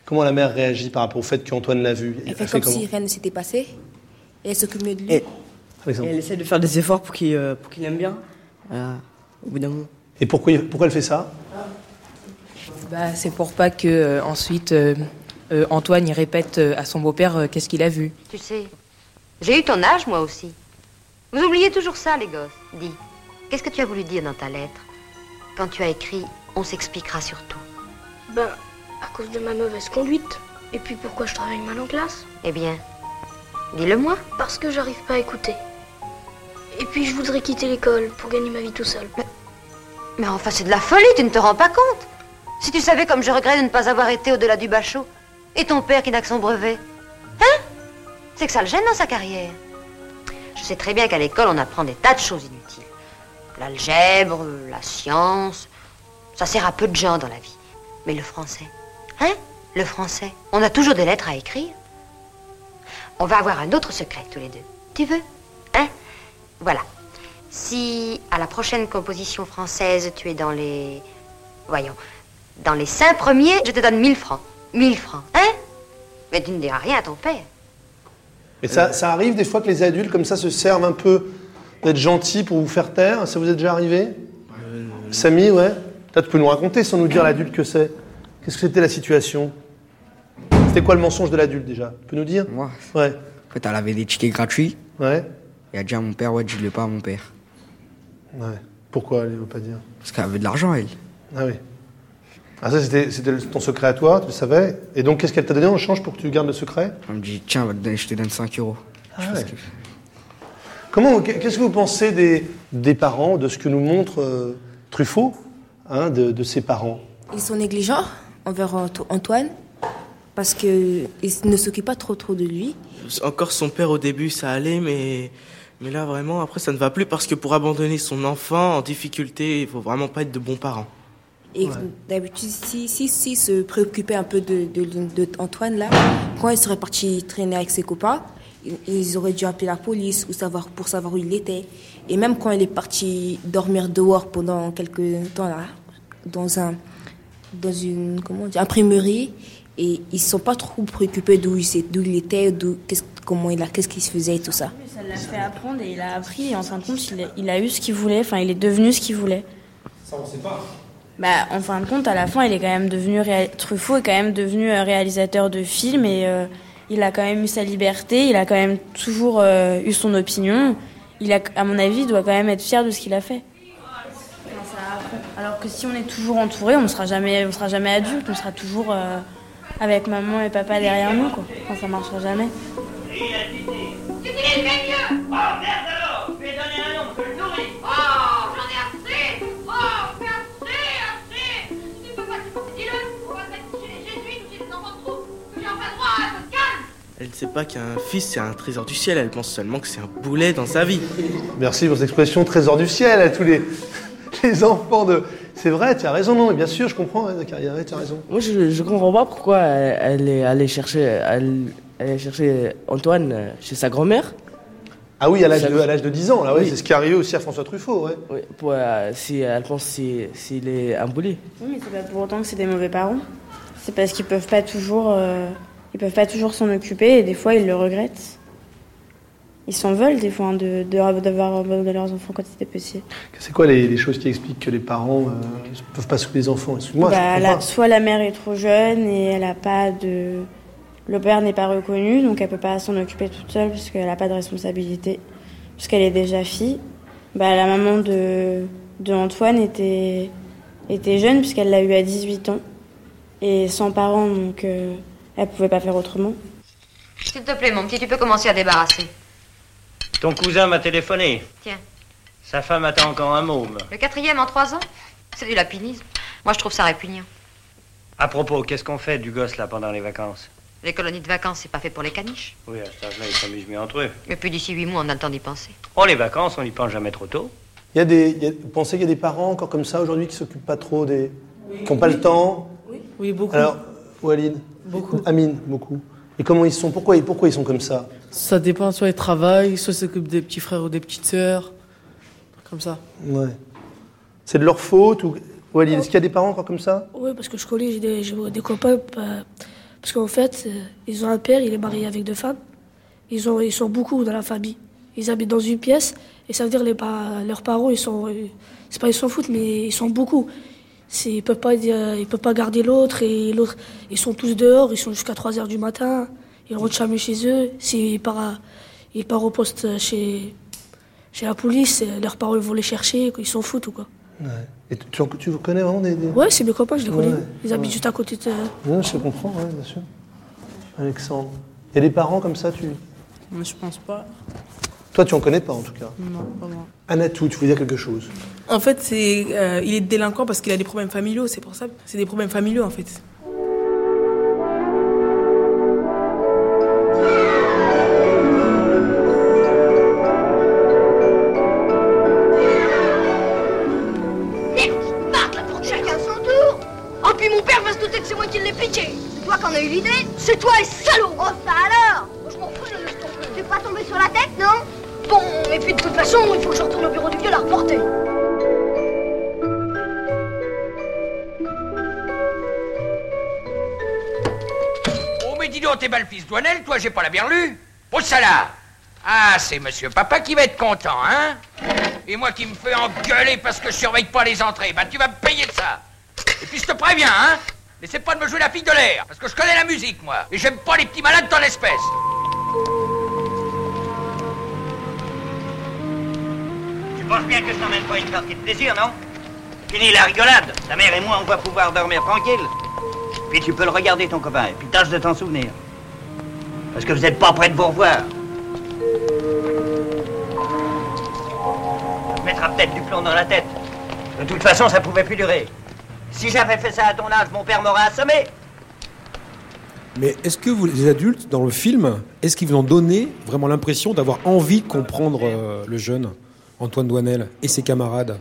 Comment la mère réagit par rapport au fait qu'Antoine l'a vu
Elle fait comme si rien ne s'était passé. Et elle s'occupe mieux de lui.
Et,
Alexandre.
et elle essaie de faire des efforts pour qu'il euh, pour qu'il aime bien. Euh, au bout d'un moment.
Et pourquoi, pourquoi elle fait ça
Bah, c'est pour pas que euh, ensuite euh, euh, Antoine il répète euh, à son beau-père euh, qu'est-ce qu'il a vu.
Tu sais, j'ai eu ton âge, moi aussi. Vous oubliez toujours ça, les gosses. Dis, qu'est-ce que tu as voulu dire dans ta lettre Quand tu as écrit, on s'expliquera sur tout.
Ben, à cause de ma mauvaise conduite. Et puis pourquoi je travaille mal en classe
Eh bien, dis-le-moi.
Parce que j'arrive pas à écouter. Et puis je voudrais quitter l'école pour gagner ma vie tout seul.
Mais enfin, c'est de la folie, tu ne te rends pas compte. Si tu savais comme je regrette de ne pas avoir été au-delà du bachot. Et ton père qui n'a que son brevet. Hein C'est que ça le gêne dans sa carrière. Je sais très bien qu'à l'école, on apprend des tas de choses inutiles. L'algèbre, la science. Ça sert à peu de gens dans la vie. Mais le français. Hein Le français. On a toujours des lettres à écrire. On va avoir un autre secret, tous les deux. Tu veux Hein Voilà. Si à la prochaine composition française, tu es dans les. Voyons. Dans les cinq premiers, je te donne 1000 francs. 1000 francs, hein Mais tu ne diras rien à ton père.
Et ça, ça arrive des fois que les adultes comme ça se servent un peu d'être gentils pour vous faire taire Ça vous est déjà arrivé Samy, ouais Là, tu peux nous raconter sans nous dire l'adulte que c'est. Qu'est-ce que c'était la situation C'était quoi le mensonge de l'adulte déjà Tu peux nous dire
Moi
Ouais.
En fait, elle avait des tickets gratuits.
Ouais.
Et a dit à mon père, ouais, dis-le pas à mon père.
Ouais. Pourquoi elle ne veut pas dire
Parce qu'elle avait de l'argent, elle.
Ah oui. Ah, ça, c'était c'était le- ton secret à toi, tu le savais. Et donc, qu'est-ce qu'elle t'a donné en change pour que tu gardes le secret
Elle me dit, tiens, va te donner- je te donne 5 euros.
Ah ouais. Comment, qu'est-ce que vous pensez des, des parents, de ce que nous montre euh, Truffaut, hein, de, de ses parents
Ils sont négligents envers Anto- Antoine parce qu'ils ne s'occupent pas trop trop de lui.
Encore son père au début, ça allait, mais, mais là vraiment, après ça ne va plus parce que pour abandonner son enfant en difficulté, il faut vraiment pas être de bons parents.
Et d'habitude, si, si, si se préoccupait un peu de, de, de- d'Antoine, là, quand il serait parti traîner avec ses copains, ils, ils auraient dû appeler la police ou savoir, pour savoir où il était. Et même quand il est parti dormir dehors pendant quelques temps, là, dans, un, dans une comment on dit, imprimerie, et ils ne sont pas trop préoccupés d'où il, s'est- d'où il était, d'où, qu'est-ce, comment il a, qu'est-ce qu'il se faisait et tout ça.
Ça l'a fait apprendre et il a appris. Et en fin de compte, il a, il a eu ce qu'il voulait. Enfin, il est devenu ce qu'il voulait.
Ça, on sait pas.
Bah, en fin de compte, à la fin, il est quand même devenu réa- Truffaut est quand même devenu euh, réalisateur de films et euh, il a quand même eu sa liberté. Il a quand même toujours euh, eu son opinion. Il a, à mon avis, doit quand même être fier de ce qu'il a fait. Alors que si on est toujours entouré, on ne sera jamais, on sera jamais adulte. On sera toujours euh, avec maman et papa derrière nous. Quoi. Enfin, ça marchera jamais.
Elle ne sait pas qu'un fils c'est un trésor du ciel, elle pense seulement que c'est un boulet dans sa vie.
Merci pour cette expression trésor du ciel à tous les, les enfants de. C'est vrai, tu as raison, non, mais bien sûr, je comprends, hein, Zachary, ouais, tu as raison.
Moi, je, je comprends pas pourquoi elle, elle est allée chercher, elle, elle est chercher Antoine euh, chez sa grand-mère.
Ah oui, à l'âge de,
Ça-
à l'âge de 10 ans, là, ouais,
Oui.
c'est ce qui est arrivé aussi à François Truffaut, ouais.
Oui, pour, euh, si elle pense si- s'il est un boulet.
Oui, mais c'est pas pour autant que c'est des mauvais parents. C'est parce qu'ils peuvent pas toujours, euh, ils peuvent pas toujours s'en occuper et des fois ils le regrettent. Ils s'en veulent des fois hein, de de- d'avoir abandonné leurs enfants quand ils étaient petits.
C'est quoi les, les choses qui expliquent que les parents euh, ne peuvent pas s'occuper des enfants Excuse-moi, je
Bah,
comprends
la-
pas.
soit la mère est trop jeune et elle a pas de, le père n'est pas reconnu donc elle peut pas s'en occuper toute seule parce qu'elle a pas de responsabilité parce qu'elle est déjà fille. Bah, la maman de, de Antoine était était jeune puisqu'elle l'a eu à 18 ans et sans parents donc euh, elle pouvait pas faire autrement.
S'il te plaît, mon petit, tu peux commencer à débarrasser.
Ton cousin m'a téléphoné.
Tiens,
Sa femme attend encore un môme.
le quatrième en trois ans C'est du lapinisme. Moi, je trouve ça répugnant.
À propos, qu'est-ce qu'on fait du gosse là pendant les vacances
Les colonies de vacances, c'est pas fait pour les caniches.
Oui, à cet âge-là, ils s'amusent mieux entre eux.
Mais puis d'ici huit mois, on a le temps d'y penser.
Oh, les vacances, on n'y pense jamais trop tôt.
Il y a des, il y a- vous pensez qu'il y a des parents encore comme ça aujourd'hui qui s'occupent pas trop des. qui n'ont pas le temps
Oui, beaucoup.
Alors, Walid Beaucoup. Amine, beaucoup. Et comment ils sont pourquoi, pourquoi ils sont comme ça
Ça dépend, soit ils travaillent, soit ils s'occupent des petits frères ou des petites sœurs. Comme ça.
Ouais. C'est de leur faute ou... Walid, est-ce qu'il y a des parents encore comme ça
Oui, parce que je collège, j'ai des, j'ai des copains. pa- Parce qu'en fait, euh, ils ont un père, il est marié avec deux femmes. Ils, ont, ils sont beaucoup dans la famille. Ils habitent dans une pièce, et ça veut dire les pa- leurs parents, ils sont. euh, C'est pas ils s'en foutent, mais ils sont beaucoup. C'est- Ils peuvent pas, dire- ils peuvent pas garder l'autre, et l'autre. Ils sont tous dehors, ils sont jusqu'à 3 heures du matin. Ils rentrent jamais chez eux. S'ils partent à- ils partent au poste chez, chez la police, euh, leurs parents ils vont les chercher, ils s'en foutent ou quoi.
ouais. Et tu, tu en- tu connais vraiment des. des-
Ouais, c'est mes copains, je les connais.
Ouais,
ils habitent
ouais.
juste à côté de.
Non, je comprends, ouais, bien sûr. Alexandre. Il y a des parents comme ça, tu.
Mais je pense pas.
Toi, tu en connais pas en tout cas.
Mm.
Non, pas moi.
Anatou, tu veux dire quelque chose
En fait, c'est, euh, il est délinquant parce qu'il a des problèmes familiaux, c'est pour ça. C'est des problèmes familiaux en fait.
Merde, il partent là pour que chacun son tour Oh, puis mon père va se douter que c'est moi qui l'ai piqué C'est toi qu'on a eu l'idée C'est toi, et salaud Oh, ça alors Je m'en fous, je laisse tomber. T'es pas tombé sur la tête, non Bon, et puis de toute façon, il faut que je retourne au bureau du vieux la reporter.
Oh, mais dis donc, t'es mal fils douanel, toi, j'ai pas la bien lu. Pose ça là. Ah, c'est monsieur papa qui va être content, hein Et moi qui me fais engueuler parce que je surveille pas les entrées. Bah, tu vas me payer de ça. Et puis, je te préviens, hein N'essaie pas de me jouer la fille de l'air, parce que je connais la musique, moi. Et j'aime pas les petits malades dans l'espèce.
Tu penses bien que je t'emmène pas une partie de plaisir, non Fini la rigolade. Ta mère et moi, on va pouvoir dormir tranquille. Puis tu peux le regarder, ton copain, et puis tâche de t'en souvenir. Parce que vous n'êtes pas prêts de vous revoir. Ça te mettra peut-être du plomb dans la tête. De toute façon, ça pouvait plus durer. Si j'avais fait ça à ton âge, mon père m'aurait assommé.
Mais est-ce que vous, les adultes, dans le film, est-ce qu'ils vous ont donné vraiment l'impression d'avoir envie de comprendre euh, le jeune Antoine Douanel et ses camarades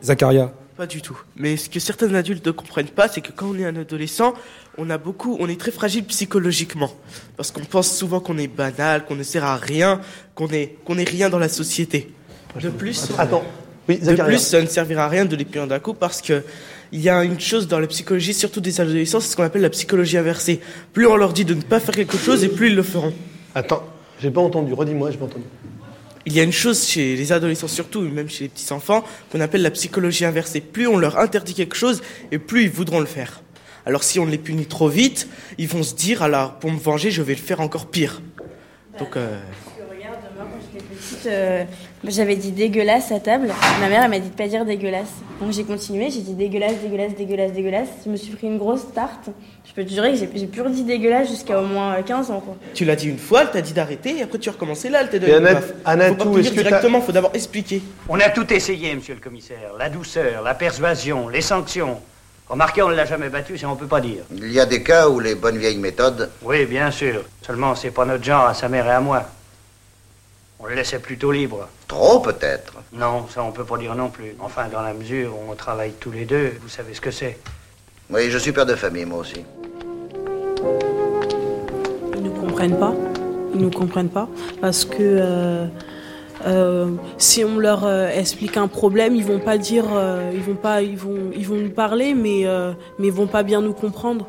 Zacharia
Pas du tout. Mais ce que certains adultes ne comprennent pas, c'est que quand on est un adolescent, on a beaucoup, on est très fragile psychologiquement, parce qu'on pense souvent qu'on est banal, qu'on ne sert à rien, qu'on est, qu'on est rien dans la société. De plus,
Attends. Oui,
de
Zacharia.
plus, ça ne servira à rien de les punir d'un coup, parce que il y a une chose dans la psychologie, surtout des adolescents, c'est ce qu'on appelle la psychologie inversée. Plus on leur dit de ne pas faire quelque chose, et plus ils le feront.
Attends, j'ai pas entendu. Redis-moi, j'ai pas entendu.
Il y a une chose chez les adolescents surtout, et même chez les petits enfants, qu'on appelle la psychologie inversée. Plus on leur interdit quelque chose, et plus ils voudront le faire. Alors si on les punit trop vite, ils vont se dire, alors pour me venger, je vais le faire encore pire. Donc, euh,
Petite, euh, J'avais dit dégueulasse à table. Ma mère, elle m'a dit de pas dire dégueulasse. Donc j'ai continué, j'ai dit dégueulasse, dégueulasse, dégueulasse, dégueulasse. Je me suis pris une grosse tarte. Je peux te jurer que j'ai j'ai plus redit dégueulasse jusqu'à au moins euh, 15 ans. Quoi.
tu l'as dit une fois, elle t'a dit d'arrêter, et après tu as recommencé là, elle t'a donné
Et
une
Annette-
baffe.
Annette,
Faut pas
où
punir
est-ce que t'as-
directement, faut d'abord expliquer.
On a tout essayé, monsieur le commissaire. La douceur, la persuasion, les sanctions. Remarquez, on ne l'a jamais battu, ça on peut pas dire.
Il y a des cas où les bonnes vieilles méthodes.
Oui, bien sûr. Seulement, c'est pas notre genre à sa mère et à moi. On le laissait plutôt libre.
Trop Oh, peut-être.
Non, ça on peut pas dire non plus. Enfin, dans la mesure où on travaille tous les deux, vous savez ce que c'est.
Oui, je suis père de famille, moi aussi.
Ils nous comprennent pas. Ils nous comprennent pas parce que euh, euh, si on leur euh, explique un problème, ils vont pas dire, euh, ils vont pas, ils vont, ils vont nous parler, mais euh, mais ils vont pas bien nous comprendre.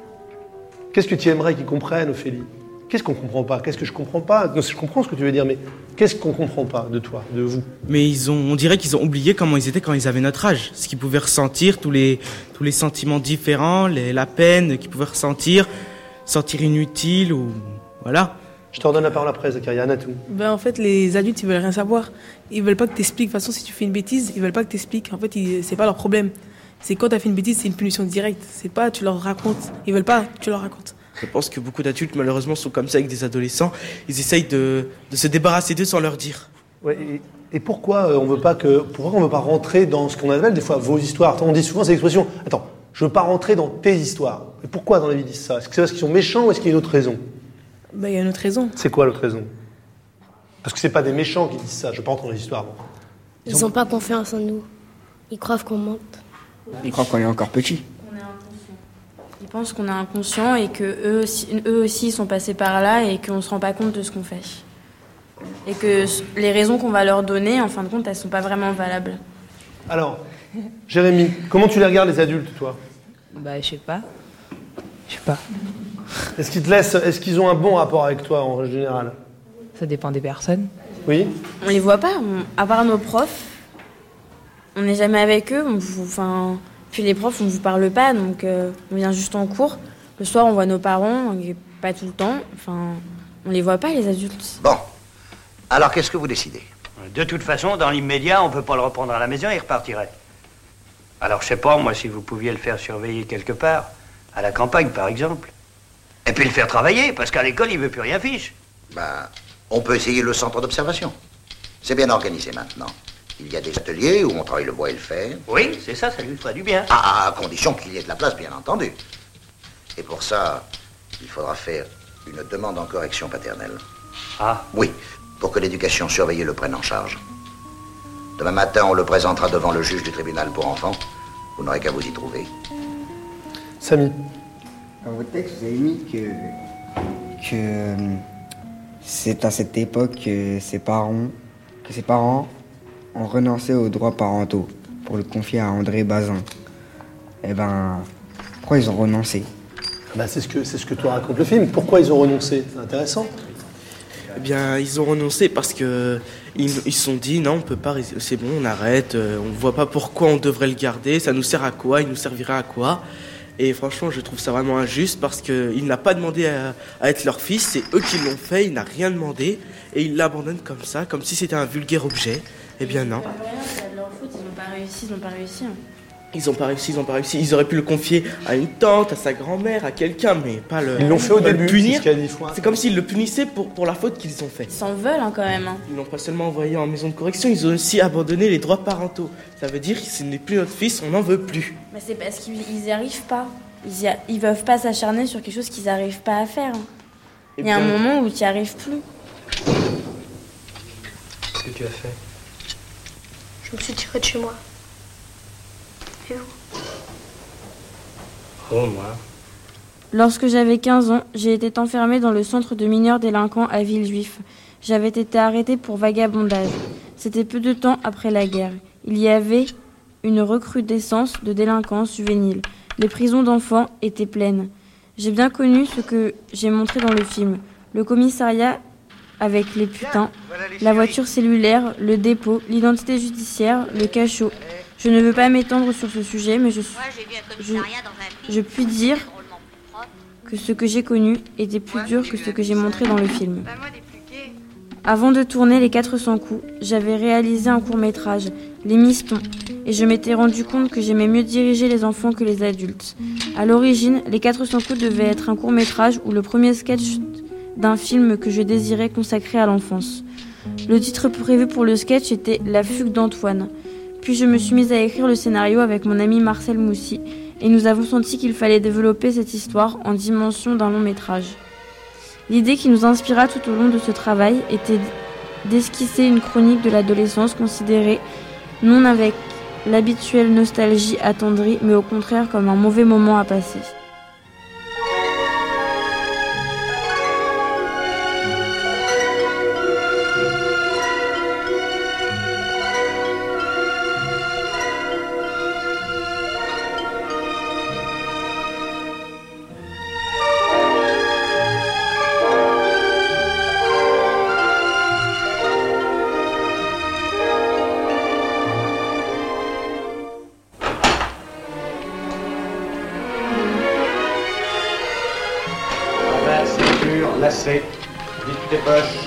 Qu'est-ce que tu aimerais qu'ils comprennent, Ophélie Qu'est-ce qu'on comprend pas Qu'est-ce que je comprends pas Non, je comprends ce que tu veux dire, mais qu'est-ce qu'on comprend pas de toi, de vous
Mais ils ont, on dirait qu'ils ont oublié comment ils étaient quand ils avaient notre âge, ce qu'ils pouvaient ressentir, tous les, tous les sentiments différents, les- la peine qu'ils pouvaient ressentir, sentir inutile ou voilà.
Je te redonne la parole après, Zacharia. Anatou.
Ben, en fait, les adultes, ils veulent rien savoir. Ils veulent pas que t'expliques. De toute façon, si tu fais une bêtise, ils veulent pas que t'expliques. En fait, ils- c'est pas leur problème. C'est quand t'as fait une bêtise, c'est une punition directe. C'est pas, tu leur racontes. Ils veulent pas, tu leur racontes.
Je pense que beaucoup d'adultes malheureusement sont comme ça avec des adolescents. Ils essayent de, de se débarrasser d'eux sans leur dire.
Ouais, et, et pourquoi euh, on veut pas que pourquoi on veut pas rentrer dans ce qu'on appelle des fois vos histoires On dit souvent cette expression. Attends, je veux pas rentrer dans tes histoires. Mais pourquoi dans la vie ils disent ça Est-ce que c'est parce qu'ils sont méchants ou est-ce qu'il y a une autre raison
Bah, il y a une autre raison.
C'est quoi l'autre raison Parce que c'est pas des méchants qui disent ça. Je pense dans les histoires. moi.
Ils n'ont pas confiance en nous. Ils croient qu'on ment.
Ils croient qu'on est encore petit.
Ils pensent qu'on est inconscient et que eux, si- eux aussi sont passés par là et qu'on se rend pas compte de ce qu'on fait. Et que s- les raisons qu'on va leur donner, en fin de compte, elles sont pas vraiment valables.
Alors, Jérémy, comment tu les regardes les adultes, toi
Bah, je sais pas.
Est-ce qu'ils te laissent Est-ce qu'ils ont un bon rapport avec toi en général
Ça dépend des personnes.
Oui.
On les voit pas, on- à part nos profs. On n'est jamais avec eux. on vous- enfin, puis les profs, on vous parle pas, donc euh, on vient juste en cours. Le soir, on voit nos parents, et pas tout le temps. Enfin, on les voit pas, les adultes.
Bon. Alors, qu'est-ce que vous décidez
De toute façon, dans l'immédiat, on peut pas le reprendre à la maison, il repartirait. Alors, je sais pas, moi, si vous pouviez le faire surveiller quelque part, à la campagne, par exemple. Et puis le faire travailler, parce qu'à l'école, il veut plus rien fiche.
Ben, on peut essayer le centre d'observation. C'est bien organisé maintenant. Il y a des ateliers où on travaille le bois et le fer.
Oui, c'est ça, ça lui fera du bien.
Ah, à condition qu'il y ait de la place, bien entendu. Et pour ça, il faudra faire une demande en correction paternelle.
Ah
Oui, pour que l'éducation surveillée le prenne en charge. Demain matin, on le présentera devant le juge du tribunal pour enfants. Vous n'aurez qu'à vous y trouver.
Samy.
Dans votre texte, vous avez mis que
que euh, c'est à cette époque que ses parents, que ses parents ont renoncé aux droits parentaux pour le confier à André Bazin. Eh ben, pourquoi ils ont renoncé
Bah, c'est ce que c'est ce que toi raconte le film. Pourquoi ils ont renoncé C'est intéressant.
Eh bien, ils ont renoncé parce que ils ils se sont dit non, on peut pas, rés- c'est bon, on arrête, euh, on voit pas pourquoi on devrait le garder, ça nous sert à quoi, il nous servira à quoi. Et franchement, je trouve ça vraiment injuste parce qu'il n'a pas demandé à, à être leur fils, c'est eux qui l'ont fait, il n'a rien demandé et il l'abandonne comme ça, comme si c'était un vulgaire objet. Eh bien non,
de leur faute, ils n'ont pas réussi, ils n'ont pas réussi. hein.
ils ont pas réussi, ils ont pas réussi. Ils auraient pu le confier à une tante, à sa grand-mère, à quelqu'un, mais pas le.
Ils l'ont fait au
pas le
début, c'est
punir.
ce qu'il a dit, Fouan.
C'est comme s'ils le punissaient pour, pour la faute qu'ils ont faite.
Ils s'en veulent hein, quand même. hein.
Ils l'ont pas seulement envoyé en maison de correction, ils ont aussi abandonné les droits parentaux. Ça veut dire que ce n'est plus notre fils, on n'en veut plus.
Mais c'est parce qu'ils ils y arrivent pas. Ils, y a- ils peuvent pas s'acharner sur quelque chose qu'ils n'arrivent pas à faire. hein.
Eh
Il y a un
bien-
moment où tu n'y arrives plus.
Qu'est-ce que tu as fait
Je me suis tirée de chez moi. Et vous
Oh, moi.
Lorsque j'avais 15 ans, j'ai été enfermée dans le centre de mineurs délinquants à Villejuif. J'avais été arrêtée pour vagabondage. C'était peu de temps après la guerre. Il y avait une recrudescence de délinquance juvénile. Les prisons d'enfants étaient pleines. J'ai bien connu ce que j'ai montré dans le film. Le commissariat avec les putains, la voiture cellulaire, le dépôt, l'identité judiciaire, le cachot. Je ne veux pas m'étendre sur ce sujet, mais je, suis- je, je puis dire que ce que j'ai connu était plus dur que ce que j'ai montré dans le film. Avant de tourner les 400 coups, j'avais réalisé un court métrage, Les Mistons, et je m'étais rendu compte que j'aimais mieux diriger les enfants que les adultes. À l'origine, les 400 coups devaient être un court métrage ou le premier sketch d'un film que je désirais consacrer à l'enfance. Le titre prévu pour le sketch était La fugue d'Antoine. Puis je me suis mise à écrire le scénario avec mon ami Marcel Moussi et nous avons senti qu'il fallait développer cette histoire en dimension d'un long métrage. L'idée qui nous inspira tout au long de ce travail était d'esquisser une chronique de l'adolescence considérée non avec l'habituelle nostalgie attendrie, mais au contraire comme un mauvais moment à passer.
Revers, ceinture, lacet, disque des poches.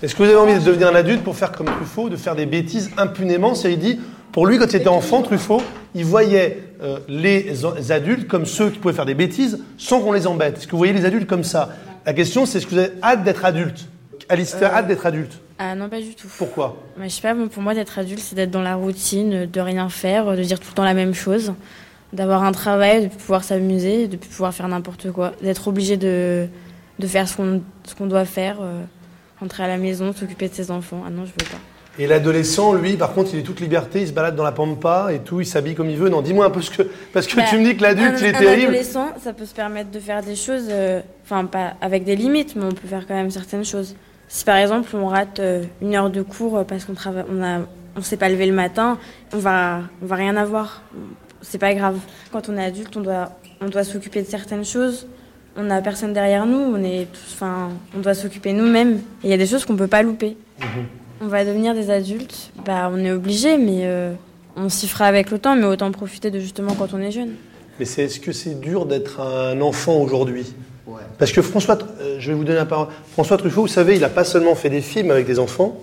Est-ce que vous avez envie de devenir un adulte pour faire comme Truffaut, de faire des bêtises impunément C'est-à-dire, il dit Pour lui, quand il était enfant, Truffaut, il voyait euh, les o- les adultes comme ceux qui pouvaient faire des bêtises sans qu'on les embête. Est-ce que vous voyez les adultes comme ça La question, c'est est-ce que vous avez hâte d'être adulte Alice, t'as
Euh,
hâte d'être adulte.
Ah non, pas du tout.
Pourquoi
Mais je sais pas, bon, pour moi, d'être adulte, c'est d'être dans la routine, euh, de rien faire, euh, de dire tout le temps la même chose, d'avoir un travail, de pouvoir s'amuser, de pouvoir faire n'importe quoi, d'être obligé de, de faire ce qu'on ce qu'on doit faire, euh, rentrer à la maison, s'occuper de ses enfants. Ah non, je veux pas.
Et l'adolescent, lui, par contre, il est toute liberté, il se balade dans la pampa et tout, il s'habille comme il veut. Non, dis-moi un peu ce que. Parce que
Bah,
tu me dis que l'adulte,
un-
il est terrible.
Un adolescent, ça peut se permettre de faire des choses, euh, enfin pas avec des limites, mais on peut faire quand même certaines choses. Si par exemple on rate euh, une heure de cours euh, parce qu'on travaille, on a, on s'est pas levé le matin, on va, on va rien avoir. C'est pas grave. Quand on est adulte, on doit, on doit s'occuper de certaines choses. On n'a personne derrière nous, on est, tous- enfin, on doit s'occuper nous-mêmes. Et Il y a des choses qu'on peut pas louper.
Mhm.
Mhm.
On va devenir des adultes, bah on est obligé, mais euh, on s'y fera avec le temps, mais autant profiter de justement quand on est jeune.
Mais c'est- est-ce que c'est dur d'être un enfant aujourd'hui Parce que François, euh, je vais vous donner la parole. François Truffaut, vous savez, il n'a pas seulement fait des films avec des enfants.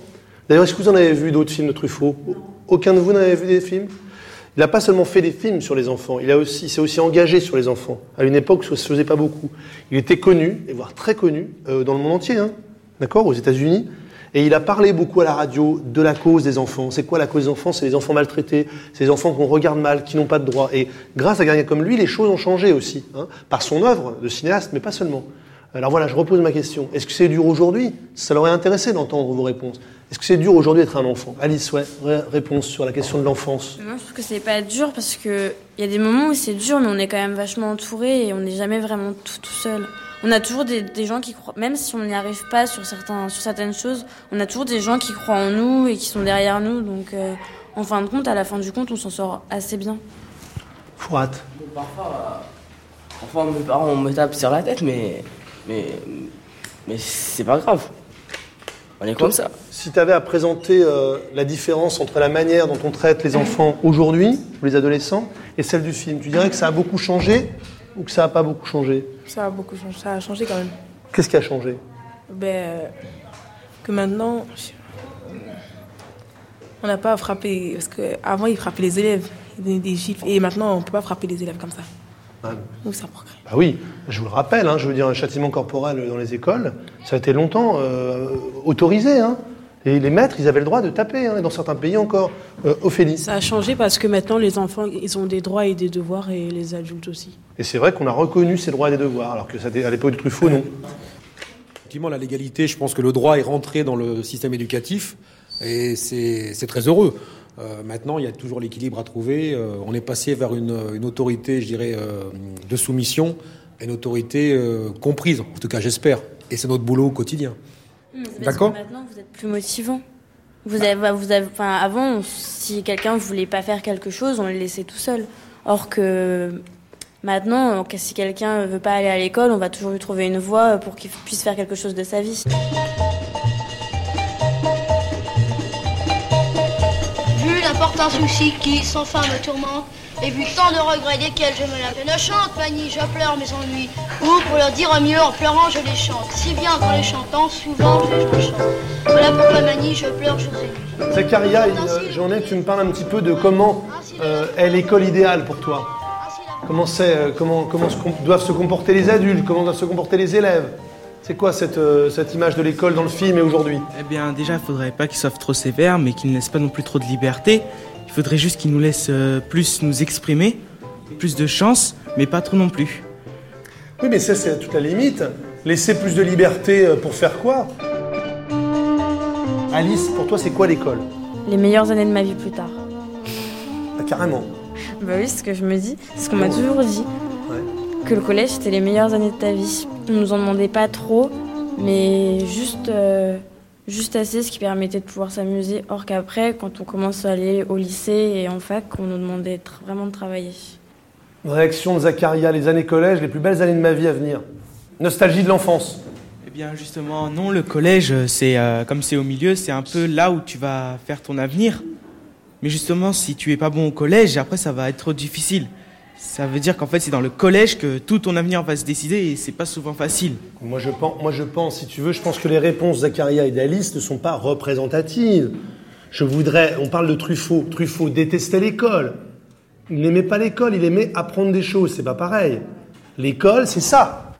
D'ailleurs, est-ce que vous en avez vu d'autres films de Truffaut Aucun de vous n'avait vu des films Il n'a pas seulement fait des films sur les enfants, il a aussi, il s'est aussi engagé sur les enfants, à une époque où ça ne se faisait pas beaucoup. Il était connu, et voire très connu, euh, dans le monde entier, hein, d'accord, aux États-Unis. Et il a parlé beaucoup à la radio de la cause des enfants. C'est quoi la cause des enfants C'est les enfants maltraités, c'est les enfants qu'on regarde mal, qui n'ont pas de droits. Et grâce à quelqu'un comme lui, les choses ont changé aussi, hein, par son œuvre de cinéaste, mais pas seulement. Alors voilà, je repose ma question. Est-ce que c'est dur aujourd'hui Ça l'aurait intéressé d'entendre vos réponses. Est-ce que c'est dur aujourd'hui d'être un enfant Alice, ouais, vraie réponse sur la question de l'enfance.
Moi, je trouve que c'est pas dur parce que il y a des moments où c'est dur, mais on est quand même vachement entouré et on n'est jamais vraiment tout tout seul. On a toujours des, des gens qui croient, même si on n'y arrive pas sur certains sur certaines choses, on a toujours des gens qui croient en nous et qui sont derrière nous. Donc, euh, en fin de compte, à la fin du compte, on s'en sort assez bien.
Fouat.
Parfois, euh, parfois, mes parents me tapent sur la tête, mais. Mais. Mais c'est pas grave. On est comme ça.
Si tu avais à présenter euh, la différence entre la manière dont on traite les enfants aujourd'hui, ou les adolescents, et celle du film, tu dirais que ça a beaucoup changé ou que ça n'a pas beaucoup changé
Ça a beaucoup changé. Ça a changé quand même.
Qu'est-ce qui a changé
Ben, euh, que maintenant, je- on n'a pas à frapper. Parce qu'avant, ils frappaient les élèves. Ils donnaient des gifles. Et maintenant, on ne peut pas frapper les élèves comme ça.
Ah,
Donc, ça progresse.
Bah oui, je vous le rappelle, hein, je veux dire, un châtiment corporel dans les écoles, ça a été longtemps euh, autorisé. hein. Et les maîtres, ils avaient le droit de taper, hein, et dans certains pays encore. Euh, Ophélie
Ça a changé parce que maintenant les enfants, ils ont des droits et des devoirs et les adultes aussi.
Et c'est vrai qu'on a reconnu ses droits et des devoirs, alors que ça, à l'époque de Truffaut, non.
Effectivement, la légalité, je pense que le droit est rentré dans le système éducatif et c'est c'est très heureux. Euh, maintenant, il y a toujours l'équilibre à trouver. Euh, on est passé vers une, une autorité, je dirais, euh, de soumission, à une autorité euh, comprise, en tout cas j'espère. Et c'est notre boulot au quotidien. D'accord.
Maintenant, vous êtes plus motivant. Vous avez, vous avez, enfin, avant, si quelqu'un voulait pas faire quelque chose, on le laissait tout seul. Or que maintenant, que si quelqu'un veut pas aller à l'école, on va toujours lui trouver une voie pour qu'il puisse faire quelque chose de sa vie.
Vu l'importance souci qui sans fin me tourmente, et vu tant de regrets desquels je me la peine chante, Fanny, je pleure mes ennuis. Ou pour leur dire mieux, en pleurant je les chante. Si bien qu'en les chantant, souvent je les chante. Voilà pourquoi Mani, je pleure jour et nuit.
Zakaria, il- euh, Joannet, tu me parles un petit peu de comment euh, est l'école idéale pour toi Comment, c'est, euh, comment, comment se com- doivent se comporter les adultes Comment doivent se comporter les élèves C'est quoi cette, euh, cette image de l'école dans le film et aujourd'hui
Eh bien, déjà, il faudrait pas qu'ils soient trop sévères, mais qu'ils ne laissent pas non plus trop de liberté. Il faudrait juste qu'ils nous laissent euh, plus nous exprimer, plus de chance, mais pas trop non plus.
Oui, mais ça, c'est toute la limite. Laisser plus de liberté euh, pour faire quoi Alice, pour toi, c'est quoi l'école
Les meilleures années de ma vie plus tard.
Ah, Carrément.
Bah oui, c'est ce que je me dis, c'est ce qu'on m'a toujours dit. Que le collège, c'était les meilleures années de ta vie. On nous en demandait pas trop, mais juste, euh, juste assez, ce qui permettait de pouvoir s'amuser. Or qu'après, quand on commence à aller au lycée et en fac, on nous demandait tr- vraiment de travailler.
Réaction de Zakaria, les années collège, les plus belles années de ma vie à venir. Nostalgie de l'enfance.
Eh bien, justement, non, le collège, euh, c'est euh, comme c'est au milieu, c'est un peu là où tu vas faire ton avenir. Mais justement, si tu es pas bon au collège, après, ça va être trop difficile. Ça veut dire qu'en fait, c'est dans le collège que tout ton avenir va se décider et c'est pas souvent facile.
Moi je, pense, moi, je pense, si tu veux, je pense que les réponses Zakaria et d'Alice ne sont pas représentatives. Je voudrais, on parle de Truffaut. Truffaut détestait l'école. Il n'aimait pas l'école, il aimait apprendre des choses. C'est pas pareil. L'école, c'est ça.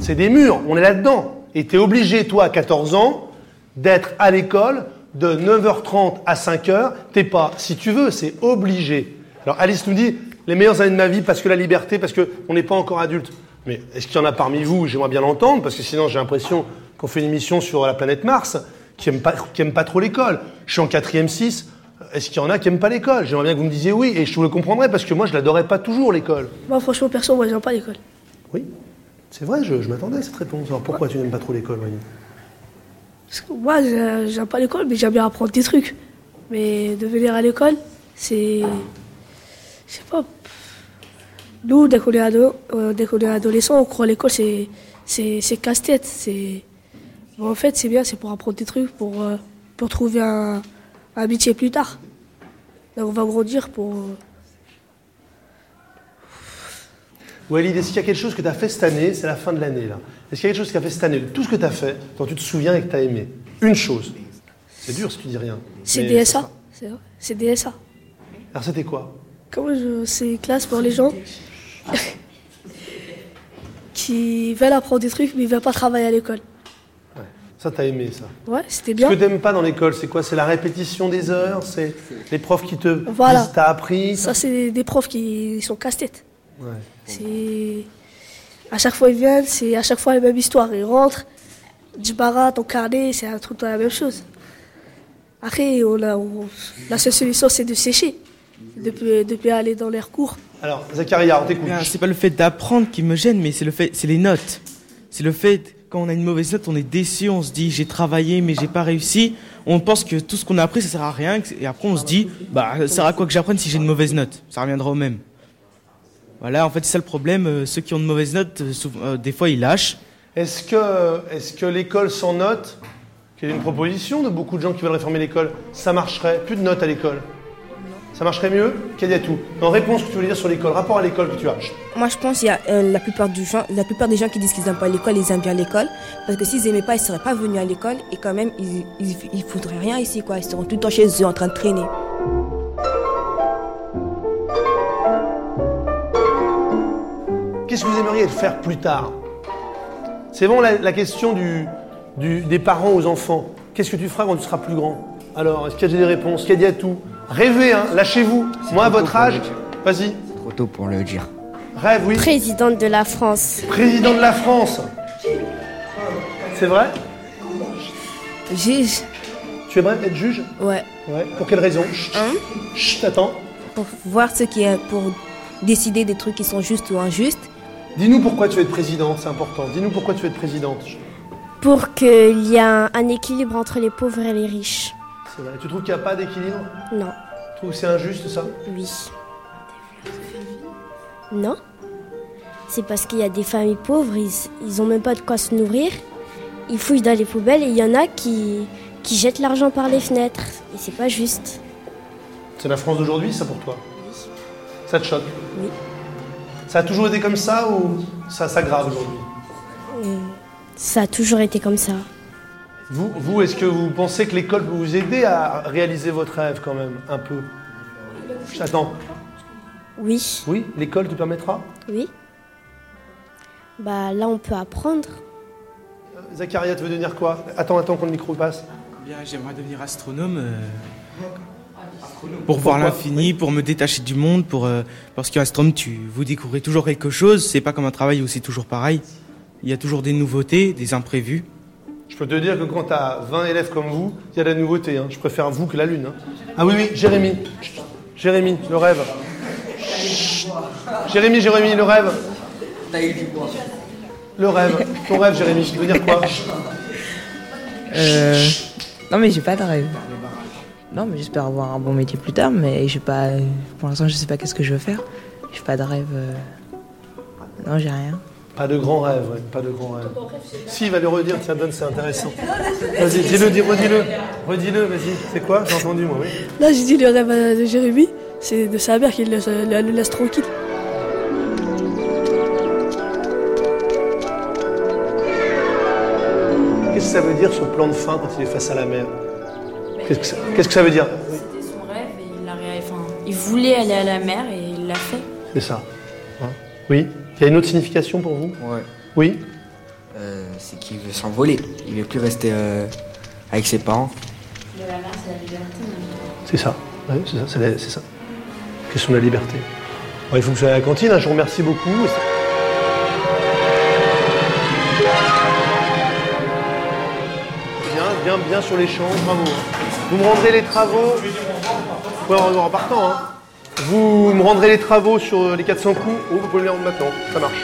C'est des murs, on est là-dedans. Et t'es obligé, toi, à 14 ans, d'être à l'école de 9h30 à 5h. T'es pas, si tu veux, c'est obligé. Alors Alice nous dit, les meilleures années de ma vie parce que la liberté, parce qu'on n'est pas encore adulte. Mais est-ce qu'il y en a parmi vous, j'aimerais bien l'entendre, parce que sinon j'ai l'impression qu'on fait une émission sur la planète Mars, qui n'aime pas, qui aime pas trop l'école. Je suis en quatrième 6, est-ce qu'il y en a qui n'aiment pas l'école J'aimerais bien que vous me disiez oui, et je vous le comprendrais, parce que moi je l'adorais pas toujours l'école.
Moi, franchement, perso, moi, j'aime pas l'école.
C'est vrai, je, je m'attendais à cette réponse. Alors pourquoi tu n'aimes pas trop l'école, Wayne
Parce que moi, je- j'aime pas l'école, mais j'aime bien apprendre des trucs. Mais de venir à l'école, c'est. Je sais pas. Nous, dès qu'on est, ado- euh, dès qu'on est adolescent, on croit à l'école, c'est, c'est, c'est casse-tête. C'est... Bon, en fait, c'est bien, c'est pour apprendre des trucs, pour, euh, pour trouver un, un métier plus tard. Donc, on va grandir pour. euh,
Walid, est-ce qu'il y a quelque chose que tu as fait cette année C'est la fin de l'année, là. Est-ce qu'il y a quelque chose que tu as fait cette année de Tout ce que tu as fait, dont tu te souviens et que tu as aimé Une chose. C'est dur si tu dis rien.
C'est
Mais-
DSA. C'est, vrai, c'est DSA.
Alors c'était quoi
Comment je... C'est classe pour les gens qui veulent apprendre des trucs mais ils veulent pas travailler à l'école.
Ça, t'as aimé, ça.
Ouais, c'était
Ce
bien.
que t'aimes pas dans l'école, c'est quoi C'est la répétition des heures C'est les profs qui te
Voilà.
disent t'as appris
Ça, c'est des profs qui sont casse-tête.
Ouais.
C'est... À chaque fois ils viennent, c'est à chaque fois la même histoire. Ils rentrent, Djibara, ton carnet, c'est tout le temps la même chose. Après, on a, on- la seule solution, c'est de sécher. Depuis, depuis aller dans l'air court.
Alors, Zakaria, on t'écoute.
Bien, C'est pas le fait d'apprendre qui me gêne, mais c'est le fait, c'est les notes. C'est le fait quand on a une mauvaise note, on est déçu, on se dit j'ai travaillé mais j'ai pas réussi. On pense que tout ce qu'on a appris ça sert à rien et après on se dit bah ça sert à quoi que j'apprenne si j'ai une mauvaise note Ça reviendra au même. Voilà, en fait c'est ça le problème. euh, Ceux qui ont de mauvaises notes, euh, souvent- euh, des fois ils lâchent.
Est-ce que, est que l'école sans notes, qui est une proposition de beaucoup de gens qui veulent réformer l'école, ça marcherait Plus de notes à l'école Ça marcherait mieux Quel y a tout En réponse que tu voulais dire sur l'école, rapport à l'école que tu as. Chut.
Moi, je pense qu'il y a euh, la, plupart du gens, la plupart des gens qui disent qu'ils n'aiment pas l'école, ils aiment bien l'école. Parce que s'ils n'aimaient pas, ils ne seraient pas venus à l'école. Et quand même, ils ils, ils foutraient rien ici, quoi. Ils seront tout le temps chez eux en train de traîner.
Qu'est-ce que vous aimeriez faire plus tard C'est bon la, la question du, du- des parents aux enfants. Qu'est-ce que tu feras quand tu seras plus grand Alors, est-ce qu'il y a des réponses Qu'il y a tout Rêvez, hein, lâchez-vous. Moi, à votre âge, vas-y.
Trop tôt pour le dire.
Rêve, oui.
Présidente de la France.
Président de la France. C'est vrai
Juge.
Tu aimerais être juge
Ouais.
Ouais. Pour quelle raison Chut, chut, attends.
Hein Pour voir ce qui est. pour décider des trucs qui sont justes ou injustes.
Dis-nous pourquoi tu veux être président, c'est important. Dis-nous pourquoi tu veux être présidente.
Pour qu'il y ait un, un équilibre entre les pauvres et les riches.
C'est vrai. Tu trouves qu'il n'y a pas d'équilibre
Non.
Tu trouves que c'est injuste ça
Oui. Non. C'est parce qu'il y a des familles pauvres, ils, ils ont même pas de quoi se nourrir. Ils fouillent dans les poubelles et il y en a qui, qui jettent l'argent par les fenêtres. Et c'est pas juste.
C'est la France d'aujourd'hui, ça pour toi Ça te choque Oui. Ça a toujours été comme ça ou ça s'aggrave aujourd'hui
Hum, Ça a toujours été comme ça.
Vous, vous est-ce que vous pensez que l'école peut vous aider à réaliser votre rêve quand même Un peu Chut, Attends.
Oui.
Oui, l'école te permettra
Oui. Bah là, on peut apprendre.
Zacharia, tu veux devenir quoi Attends, attends qu'on le micro passe.
Bien, j'aimerais devenir astronome. euh, Pour voir l'infini, pour me détacher du monde, pour euh, parce qu'astronome, tu vous découvrez toujours quelque chose. C'est pas comme un travail où c'est toujours pareil. Il y a toujours des nouveautés, des imprévus.
Je peux te dire que quand t'as 20 élèves comme vous, il y a de la nouveauté. hein. Je préfère vous que la lune. hein. Ah oui, oui, Jérémy. Chut. Jérémy, le rêve. Chut. Jérémy, Jérémy, le rêve. Le rêve. Ton rêve, Jérémy, tu veux dire quoi
Euh,
Non, mais j'ai pas de rêve.
Non, mais j'espère avoir un bon métier plus tard, mais j'ai pas. euh, Pour l'instant, je sais pas qu'est-ce que je veux faire. J'ai pas de rêve. euh, Non, j'ai rien.
Pas de grand rêve, ouais, pas de grand rêve. Si, il va le redire, tiens, donne, c'est intéressant. Vas-y, dis-le, dis, redis-le. Redis-le, vas-y. C'est quoi J'ai entendu, moi, oui.
Là, j'ai dit le rêve euh, de Jérémy, c'est de sa mère qui le, le- le laisse tranquille.
Qu'est-ce que ça veut dire, ce plan de fin, quand il est face à la mer Qu'est-ce que ça- qu'est-ce que ça veut dire
C'était son rêve et il l'a réalisé. Enfin, il voulait aller à la mer et il l'a fait.
C'est ça. Hein oui Il y a une autre signification pour vous Oui
Euh, c'est qu'il veut s'envoler. Il veut plus rester euh, avec ses parents.
De la mer, c'est la liberté. hein.
C'est ça. Ouais, c'est ça. C'est la- c'est ça. Question de la liberté. Bon, il faut que je sois à la cantine. hein. Je vous remercie beaucoup. Bien, bien, bien sur les champs. Bravo. Vous me rendrez les travaux. Ouais, en, en partant. hein. Vous me rendrez les travaux sur les 400 coups. Oh, vous pouvez me les rendre maintenant. Ça marche.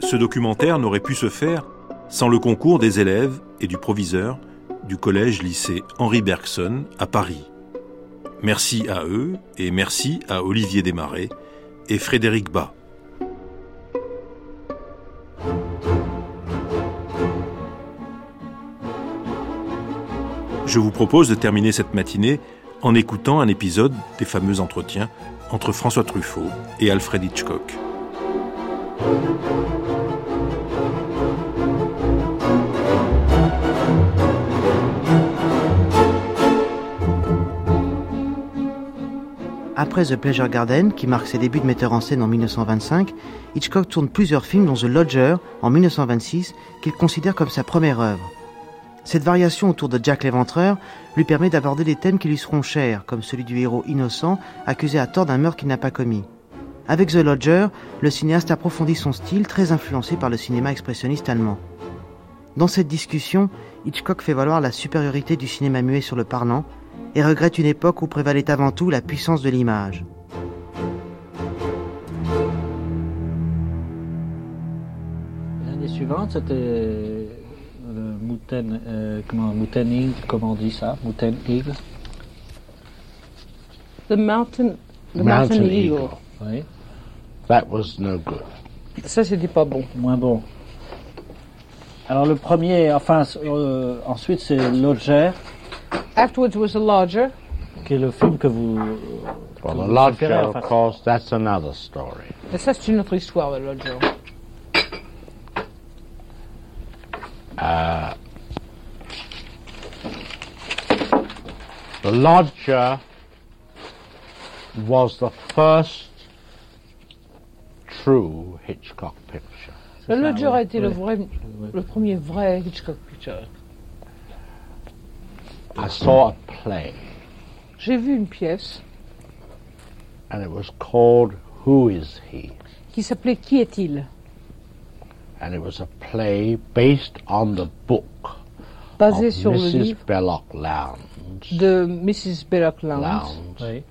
Ce documentaire n'aurait pu se faire sans le concours des élèves et du proviseur du collège-lycée Henri Bergson à Paris. Merci à eux et merci à Olivier Desmarais et Frédéric Bas. Je vous propose de terminer cette matinée en écoutant un épisode des fameux entretiens entre François Truffaut et Alfred Hitchcock.
Après The Pleasure Garden, qui marque ses débuts de metteur en scène en 1925, Hitchcock tourne plusieurs films dont The Lodger en 1926, qu'il considère comme sa première œuvre. Cette variation autour de Jack l'Éventreur lui permet d'aborder des thèmes qui lui seront chers, comme celui du héros innocent accusé à tort d'un meurtre qu'il n'a pas commis. Avec The Lodger, le cinéaste approfondit son style très influencé par le cinéma expressionniste allemand. Dans cette discussion, Hitchcock fait valoir la supériorité du cinéma muet sur le parlant et regrette une époque où prévalait avant tout la puissance de l'image.
L'année suivante, c'était euh, le Mountain, euh, comment, Mountain Eagle, comment on dit ça Mountain Eagle
The mountain, the mountain,
Mountain
eagle.
Eagle. Oui. That was no good.
Ça, c'était pas bon.
Moins bon. Alors le premier, enfin, c- euh, ensuite c'est Lodger,
Afterwards was the lodger.
qui est le film que vous...
Well,
que
the
vous
Lodger,
préférez,
of
enfin.
course, that's another story. Mais ça, c'est une autre histoire, le lodger.
Ah.
The lodger
was the first true Hitchcock picture.
Le lodger a été le,
oui.
vrai, le premier vrai Hitchcock Picture.
I saw a play,
J'ai vu une pièce
and it was called Who Is He?
qui s'appelait Qui est-il
And it was a play based on the book
Basé
of
sur le
Mrs.
livre
Belloc Lounge
de Mrs. Belloc Lounge,
Lowndes.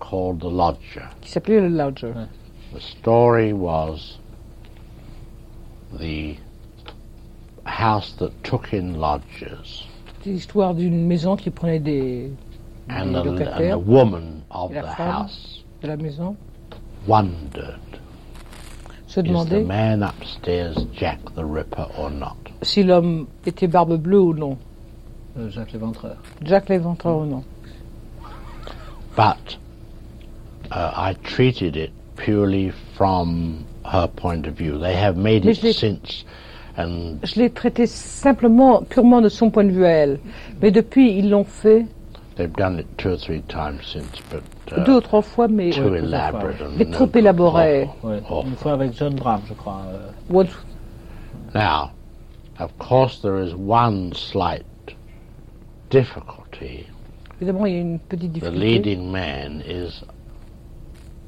called The Lodger.
qui s'appelait Le Lodger.
The story was the house that took in lodgers
C'était l'histoire d'une maison qui prenait des, des
and the, and
locataires.
the woman of
Et la
the
femme
house
de la maison
wondered
se
is the
demandait
man upstairs Jack the Ripper or not.
si l'homme était barbe bleue ou non.
Jack euh, l'Éventreur.
Jack l'éventreur ou non.
But uh, I treated it purely from her point of view. They have made
Mais
it
je l'ai-
since, and
Je l'ai traité simplement, purement de son point de vue à elle. Mais depuis, ils l'ont fait
they've done it two or three times since. But uh,
deux ou trois fois, mais, euh,
too elaborate and
mais
no
trop
good.
élaboré.
Une fois avec John Graham, je crois. euh.
What-
Now, of course, there is one slight difficulty.
Évidemment, il y a une petite
The
difficulté.
leading man is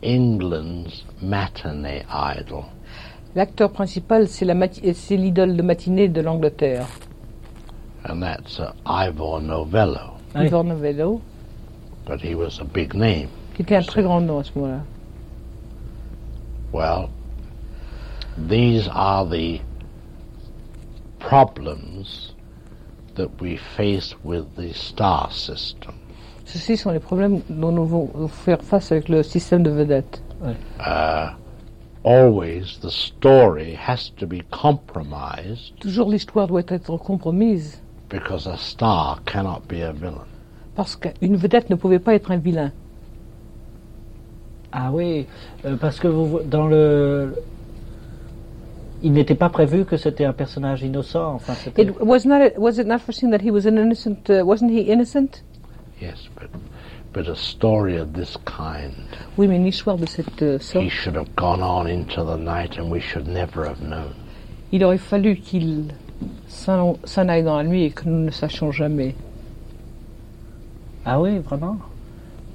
England's matinee idol.
L'acteur principal, c'est la mati- et c'est l'idole de matinée de l'Angleterre,
and that's uh, Ivor Novello.
Ivan Novello,
But he was a big name.
qui était un très grand nom à ce moment-là.
Well, these are the problems that we face with the star system.
Ceci sont les problèmes dont nous allons faire face avec le système de vedettes.
Uh, always the story has to be compromised
Toujours l'histoire doit être compromise
because a star cannot be a villain.
parce qu'une vedette ne pouvait pas être un vilain.
Ah oui, euh, parce que vous, dans le. Il n'était pas prévu que c'était un personnage innocent. Enfin, c'était-
It was not was it not foreseen that he was an innocent uh, wasn't he innocent?
Yes, but but a story of this kind,
Oui, mais une histoire de cette euh, sorte,
he should have gone on into the night, and we should never have known.
il aurait fallu qu'il s'en s'en aille dans la nuit et que nous ne sachions jamais.
Ah oui, vraiment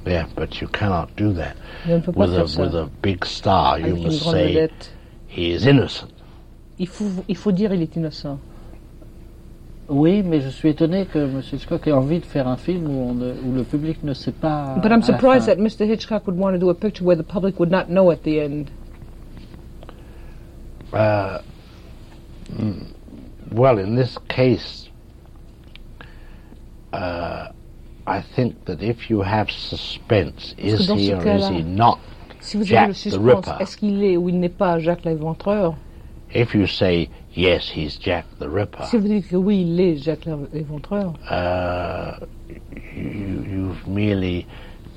Yeah, but you cannot do that
Mais on ne peut pas
with a
faire ça.
with a big star. You
Avec une
must
grande
say
vedette.
he is innocent.
Il faut il faut dire il est innocent.
Oui, mais je suis étonné que M. Hitchcock ait envie de faire un film où, on ne- où le public ne sait
Ah,
pas.
But
à
I'm
la
surprised
fin.
that Mr. Hitchcock would want to do a picture where the public would not know at the end.
Uh, mm, well, in this case, uh, I think that if you have suspense,
que
is
dans
he
ce
or is
cas-là,
he not
Si vous avez
Jack
le
the
suspense,
Ripper?
est-ce qu'il est ou il n'est pas Jacques l'éventreur
If you say yes, he's Jack the Ripper,
Si vous dites que oui, il est Jacques l'éventreur,
uh, you, you've merely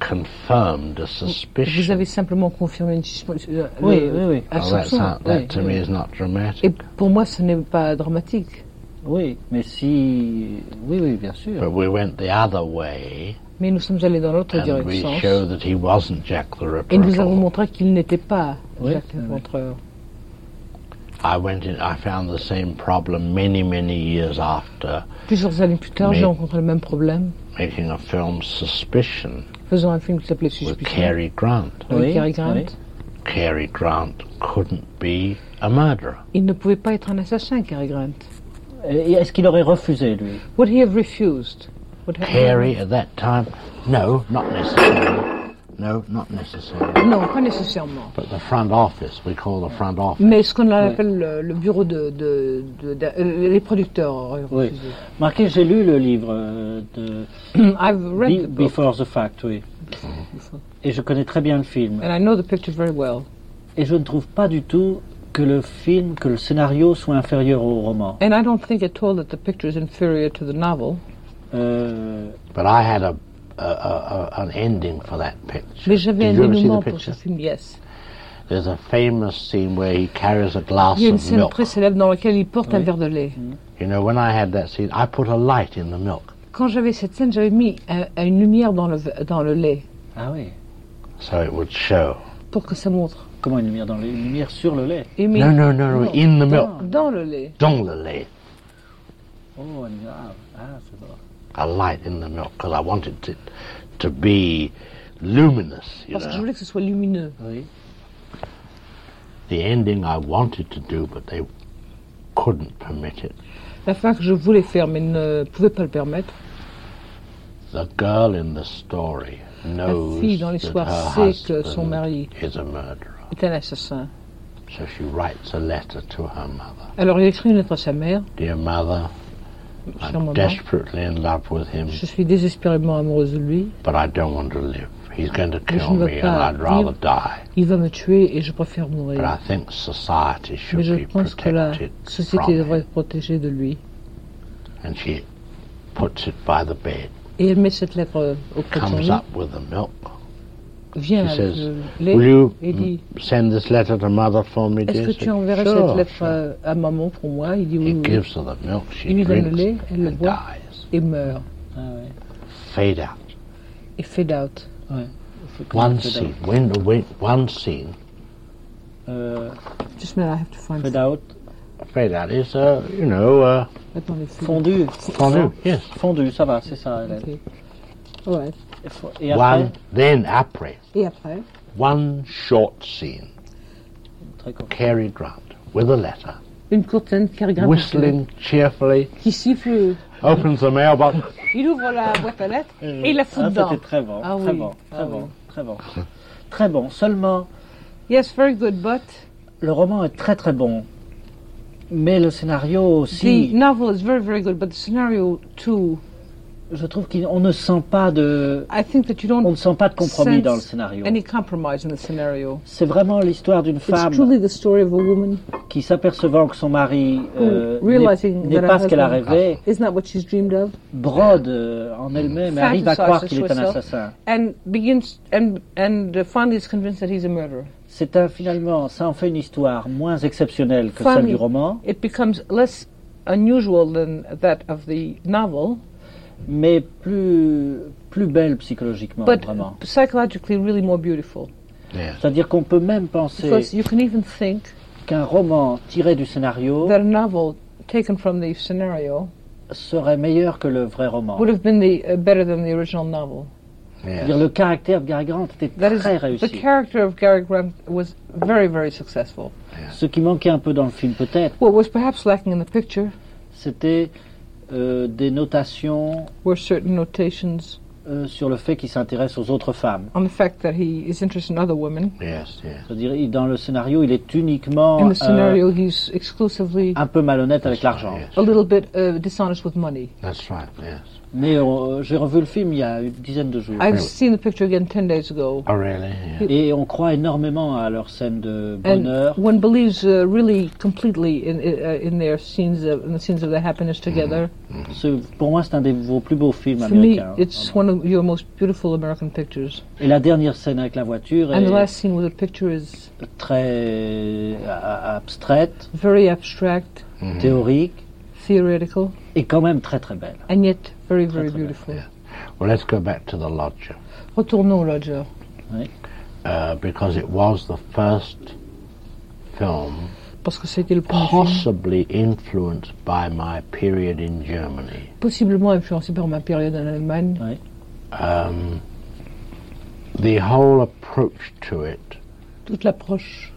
confirmed a
Mm,
suspicion.
vous avez simplement confirmé une suspicion.
Oui,
le-
oui, oui.
un
Well, that's
soupçon.
not, that
Oui,
to
oui.
me is not dramatic.
Et pour moi, ce n'est pas dramatique.
Oui, mais si. Oui, oui, bien sûr.
But we went the other way,
Mais nous sommes allés dans l'autre
and we
direction.
show that he wasn't Jack the Ripper.
Et nous
at all.
avons montré qu'il n'était pas
Oui,
Jacques l'éventreur.
I went in. I found the same problem many, many years after
Plusieurs années plus tard,
Mais-
j'ai rencontré le même problème,
making a film, Suspicion,
faisant un film qui s'appelait
with
Suspicion.
Cary Grant.
Avec Cary Grant.
Cary Grant couldn't be a murderer.
Il ne pouvait pas être un assassin, Cary Grant.
Et Est-ce qu'il aurait refusé, lui
Would he have refused? Would have-
Cary at that time, no, not necessarily. No, not necessarily.
Non, pas nécessairement.
But the front office, we call the front office.
Mais ce qu'on appelle le, le bureau de, de- de- de- euh, les producteurs. auraient
Oui.
refusé.
Marquez, j'ai lu le livre euh, de.
I've read
Be-
the book.
Before the Fact, oui. Et je connais très bien le film.
Mm-hmm. And I know the picture very well.
Et je ne trouve pas du tout que le film, que le scénario soit inférieur au roman.
And I don't think at all that the picture is inferior to the novel.
But I had a, a, a, a an ending for that picture.
Mais j'avais un
Did you ever see the
dénouement pour ce
picture?
film, yes.
There's a famous scene where he carries a glass
Il y a une
of
scène
milk.
très célèbre dans laquelle il porte un
Oui.
verre de lait.
Mm.
You know, when I had that scene, I put a light in the milk.
Quand j'avais cette scène, j'avais mis un- une lumière dans le, v- dans le lait
Ah oui.
So it would show.
pour que ça montre.
Comment une lumière dans les lumières sur le lait
Et mais-
No, no, no, no, in
dans,
the milk.
Dans le lait.
Dans the lait.
Oh, une lumière- ah, ah, c'est bon.
A light in the milk because I wanted it to be luminous, you
Parce que je
know.
voulais que ce soit lumineux.
The ending I wanted to do, but they couldn't permit it.
La fin que je voulais faire, mais ne pouvais pas le permettre.
The girl in the story knows
fille dans
that
l'histoire
her
sait que son
husband
mari-
is a murderer,
C'est un assassin.
so she writes a letter to her mother.
Alors il écrit une lettre à sa mère.
Dear mother,
Chère
I'm
maman.
desperately in love with him,
Je suis désespérément amoureuse de lui.
but I don't want to live. He's going to
Mais je
kill
ne
me,
veux
and
pas
I'd rather
vivre.
die.
Il va me tuer et je préfère
But I
mourir.
think society should
Mais
be
je pense que la
protected from
société
it.
devrait être protégée de lui.
And she puts it by the bed,
Et elle met cette lettre euh, au de son
comes
lit,
up with the milk.
vient
she
avec
says,
le
Will
lait
you
et dit
m- send this letter to mother for me,
Est-ce
dear?
que
She-
tu enverrais
sure.
cette lettre euh, à maman pour moi Il dit oui. oui.
Gives her the milk, she
Il lui donne le
drinks,
lait, elle le boit et meurt.
Ah
fade out.
Et fade out.
One
Fade
scene, when, when, one scene,
Euh,
Just a minute, I have to find
Fade out.
fade out is, uh, you know, uh,
Attendez,
Fondu.
Fondu, yes.
Fondu, ça va, c'est ça. Hélène.
Ouais.
Et fo- Et après,
one, then après,
Et après
one short scene, Cary Grant with a letter,
Une courte scène qui regarde.
whistling cheerfully,
Qui siffle.
opens the mailbox.
Il ouvre la boîte à lettres et il la fout
Ah,
dedans.
c'était très bon,
Ah
très
oui,
bon,
ah
très
oui.
bon, très bon. Très bon, seulement...
Yes, very good, but...
Le roman est très très bon, mais le scénario
The
aussi...
novel is very, very good, but the scenario too.
je trouve qu'on ne sent pas de,
I think that you don't
euh, on ne sent pas de compromis
sense
dans le scénario.
Any compromise in the scenario.
C'est vraiment l'histoire d'une
It's
femme
truly the story of a woman
qui s'apercevant que son mari euh,
who,
n'est
Hmm. realizing
n'est
that
pas
her
ce qu'elle a
husband-
rêvé,
isn't that what she's dreamed of,
brode euh, en elle-même et arrive à croire
fantasizes
qu'il est un
herself,
assassin.
and begins and and uh, finally is convinced that he's a murderer.
C'est un, finalement, ça en fait une histoire moins exceptionnelle que celle
Finally,
du roman,
It becomes less unusual than that of the novel,
mais plus, plus belle psychologiquement,
but
vraiment.
psychologically really more beautiful
C'est-à-dire qu'on peut même penser
because you can even think
qu'un roman tiré du scénario
that a novel taken from the scenario
serait meilleur que le vrai roman.
would have been the uh, better than the original novel.
C'est-à-dire Le caractère de Gary Grant était très
The
réussi.
character of Gary Grant was very, very successful.
Ce qui manquait un peu dans le film peut-être,
What was perhaps lacking in the picture
c'était euh, des notations
were certain notations Um,
euh, sur le fait qu'il s'intéresse aux autres femmes.
on the fact that he is interested in other women.
C'est-à-dire, il- dans le scénario, il est uniquement euh,
In
ah.
the scenario, he's exclusively
un peu malhonnête avec l'argent.
a little bit uh, dishonest with money.
Mais euh, j'ai revu le film il y a une dizaine de jours.
I've seen the picture again 10 days ago.
Et on croit énormément à leur scène de
And
bonheur.
one believes uh, really completely in in, uh, in their scenes of, in the scenes of their happiness together.
Ce- pour moi, c'est un de vos plus beaux films
For me,
américains. hein.
it's one of your most beautiful American pictures.
Et la dernière scène avec la voiture
And the
est
last scene with the picture is
très a- a- abstraite,
very abstract,
théorique,
theoretical,
et quand même très très belle.
and yet very, very beautiful.
Well, let's go back to the lodger
Retournons au lodger.
uh, because it was the first film
Parce que c'était le premier film
possibly influenced by my period in Germany.
possiblement influencé par ma période en Allemagne.
Um, the whole approach to it
Toute l'approche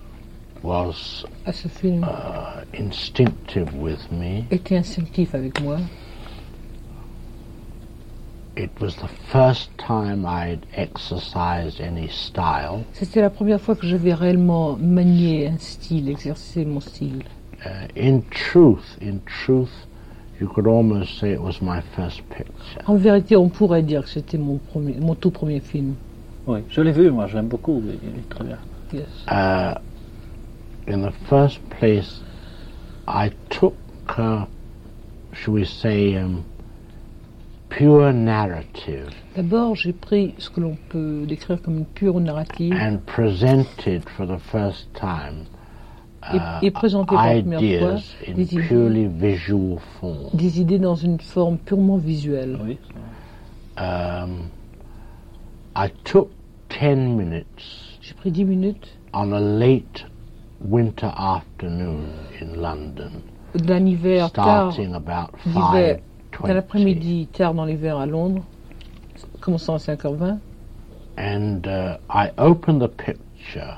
was
à ce film
uh, instinctive with me.
était instinctive avec moi.
It was the first time I'd exercised any style.
C'était la première fois que je vais réellement manier un style, exercer mon style.
Uh, in truth, in truth, you could almost say it was my first picture.
En vérité, on pourrait dire que c'était mon, premier, mon tout premier film.
Oui, je l'ai vu, moi, j'aime beaucoup. Il est très bien.
Yes.
Uh, in the first place, I took, uh, shall we say, um, pure narrative
D'abord, j'ai pris ce que l'on peut décrire comme une pure narrative
and presented for the first time
et,
uh,
et présenté pour la première fois
ideas in
des idées,
purely visual form.
des idées dans une forme purement visuelle.
Um, I took 10 minutes
J'ai pris dix minutes
on a late winter afternoon in London,
d'un hiver tard,
starting about
d'hiver,
5
d'un après-midi tard dans l'hiver à Londres, commençant à 5h20,
and uh, I opened the picture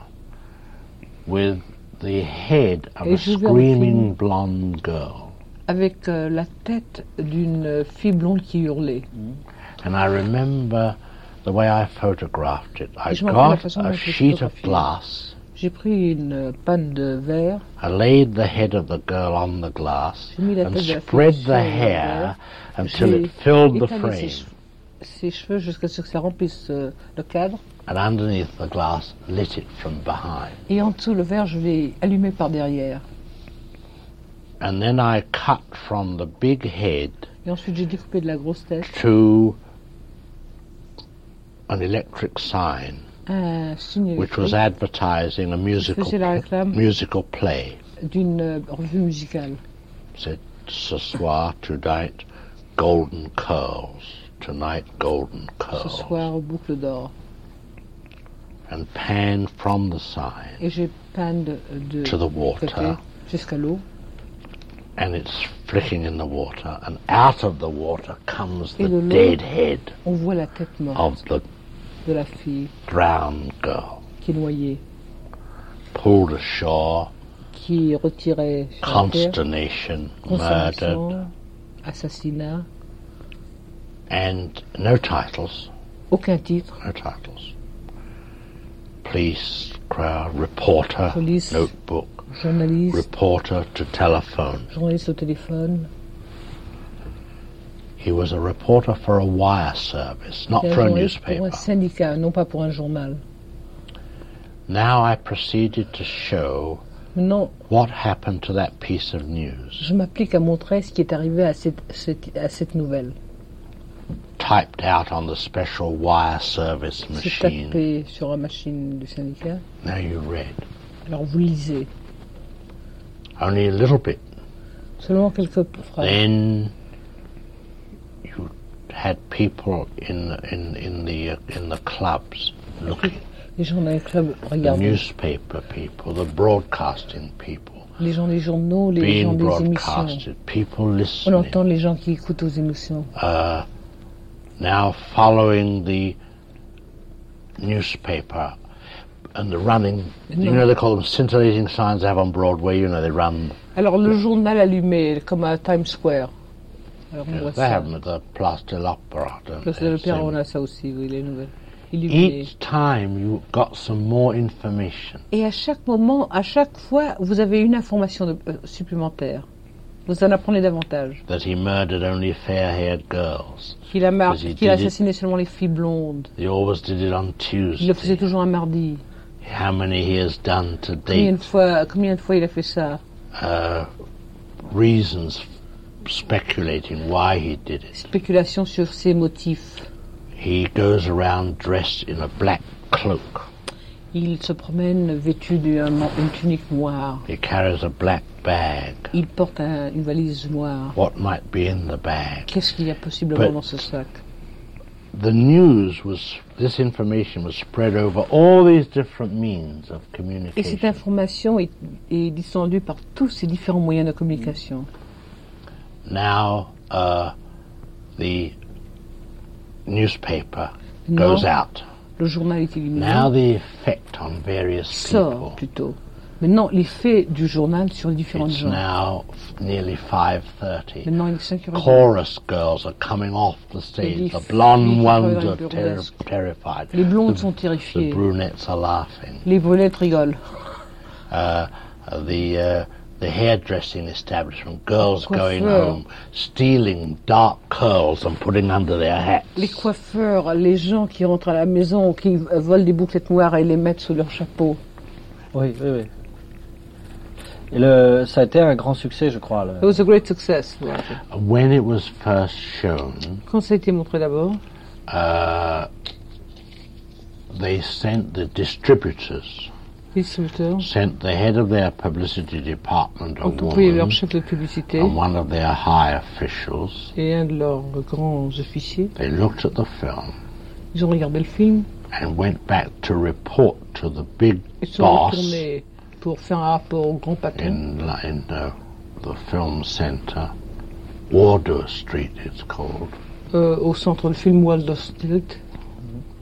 with the head of
Et
a
je vais en
screaming
film.
blonde girl.
avec euh, la tête d'une fille blonde qui hurlait.
Mm. And I remember the way I photographed it. I
Et je me rappelle la
got
façon dont
a
je l'ai
sheet of
photographié.
glass.
J'ai pris une euh, panne de verre,
I laid the head of the girl on the glass
j'ai mis la
and
tête de la
spread
fille sur
the
le verre,
hair until
j'ai
it filled the
étalé ses
frame.
cheveux- Ses cheveux jusqu'à ce que ça remplisse euh, le cadre.
And underneath the glass, lit it from behind.
Et en dessous, le verre, je l'ai allumé par derrière.
And then I cut from the big head
Et ensuite, j'ai découpé de la grosse tête
to an electric sign.
un signe
which
électrique
was advertising a musical
faisait la réclame
musical play.
d'une euh, revue musicale.
Said ce soir, tonight, golden curls. Tonight, golden
Ce
curls.
soir, boucle d'or.
And pan from the sign,
Et j'ai panne de, de
To the water.
côté jusqu'à l'eau.
and it's flicking in the water, and out of the water comes
Et
the
de l'eau,
dead head
on voit la tête
of
morte
the
de la fille
drowned girl,
qui est noyée,
pulled ashore,
qui retirait sur la terre.
consternation, murdered,
Consommation, assassinat,
and no titles,
aucun titre.
no titles. Police, crowd, reporter,
Police.
notebook.
Journaliste,
reporter to telephone.
journaliste au téléphone.
He was a reporter for a wire service, not
C'était un
for a
journaliste Pour
newspaper.
un syndicat, non pas pour un journal.
Now I proceeded to show
Maintenant,
what happened to that piece of news.
je m'applique à montrer ce qui est arrivé à cette, cette- à cette nouvelle.
Typed out on the special wire service
C'est
machine.
tapé sur la machine du syndicat.
Now you read.
Alors vous lisez
Only a little bit.
seulement quelques phrases.
Then you had people in the, in in the uh, in the clubs looking.
Les gens d'un club
The
regardent.
newspaper people, the broadcasting people,
Les gens des journaux, les gens
being
des émissions.
broadcasted, people listening.
On entend les gens qui écoutent aux émissions.
Uh, now following the newspaper and the running, you
No.
know they call them scintillating signs they have on Broadway. You know they run.
Alors le journal allumé, comme à Times Square. Alors on voit
they
ça.
have them at the Place de l'Opera. don't
Place
they?
de
Same.
l'Opéra, on a ça aussi, oui, les nouvelles. Illuminées.
Each time you got some more information.
Et à chaque moment, à chaque fois, vous avez une information de- euh, supplémentaire. Vous en apprenez davantage.
That he murdered only fair-haired girls.
Qu'il a, mar-
'Cause he
qu'il a
did it-
assassiné seulement les filles blondes.
He always did it on Tuesday.
Il le faisait toujours un mardi.
How many he has done to
Combien
date?
de, fois, combien de fois il a fait ça
Uh, reasons, speculating why he did it.
Spéculation sur ses motifs.
He goes around dressed in a black cloak.
Il se promène vêtu d'une une tunique noire.
He carries a black bag.
Il porte un- une valise noire.
What might be in the bag?
Qu'est-ce qu'il y a possiblement
But-
dans ce sac
The news was, this information was spread over all these different means of
Et
communication.
cette information est, est distendue par tous ces différents moyens de communication.
Now, uh, the newspaper
Now-
goes out.
Le journal est illuminé.
Now the effect on various people.
Sort plutôt. Maintenant, l'effet du journal sur les différentes
It's
gens.
now f- nearly 5.30.
Maintenant, il est 5 heures.
Chorus girls are coming off the
Les
stage. The
filles
blonde ones
travaillent
are ter-
burlesque.
terrified.
Les blondes
The-
sont
The
terrifiées.
brunettes are laughing.
Les brunettes rigolent.
Uh, the uh, the hairdressing establishment. Girls
Coiffeur.
going home, stealing dark curls and putting under their hat.
Les coiffeurs, les gens qui rentrent à la maison, qui euh, volent des bouclettes noires et les mettent sous leur chapeau.
Oui, oui, oui. Et le, ça a été un grand succès, je crois. le-
It was a great success.
When it was first shown,
Quand ça a été montré d'abord,
uh, they sent the distributors
les distributeurs
sent the head of their publicity department, a
ont envoyé leur
woman,
chef de publicité
and one of their high officials.
et un de leurs grands officiers.
They looked at the film
Ils ont regardé le film.
and went back to report to the big
Ils sont
boss
retournés pour faire un rapport au grand patron.
in, in the, the film center, Wardour Street, it's called.
euh, au centre de film Waldo Street.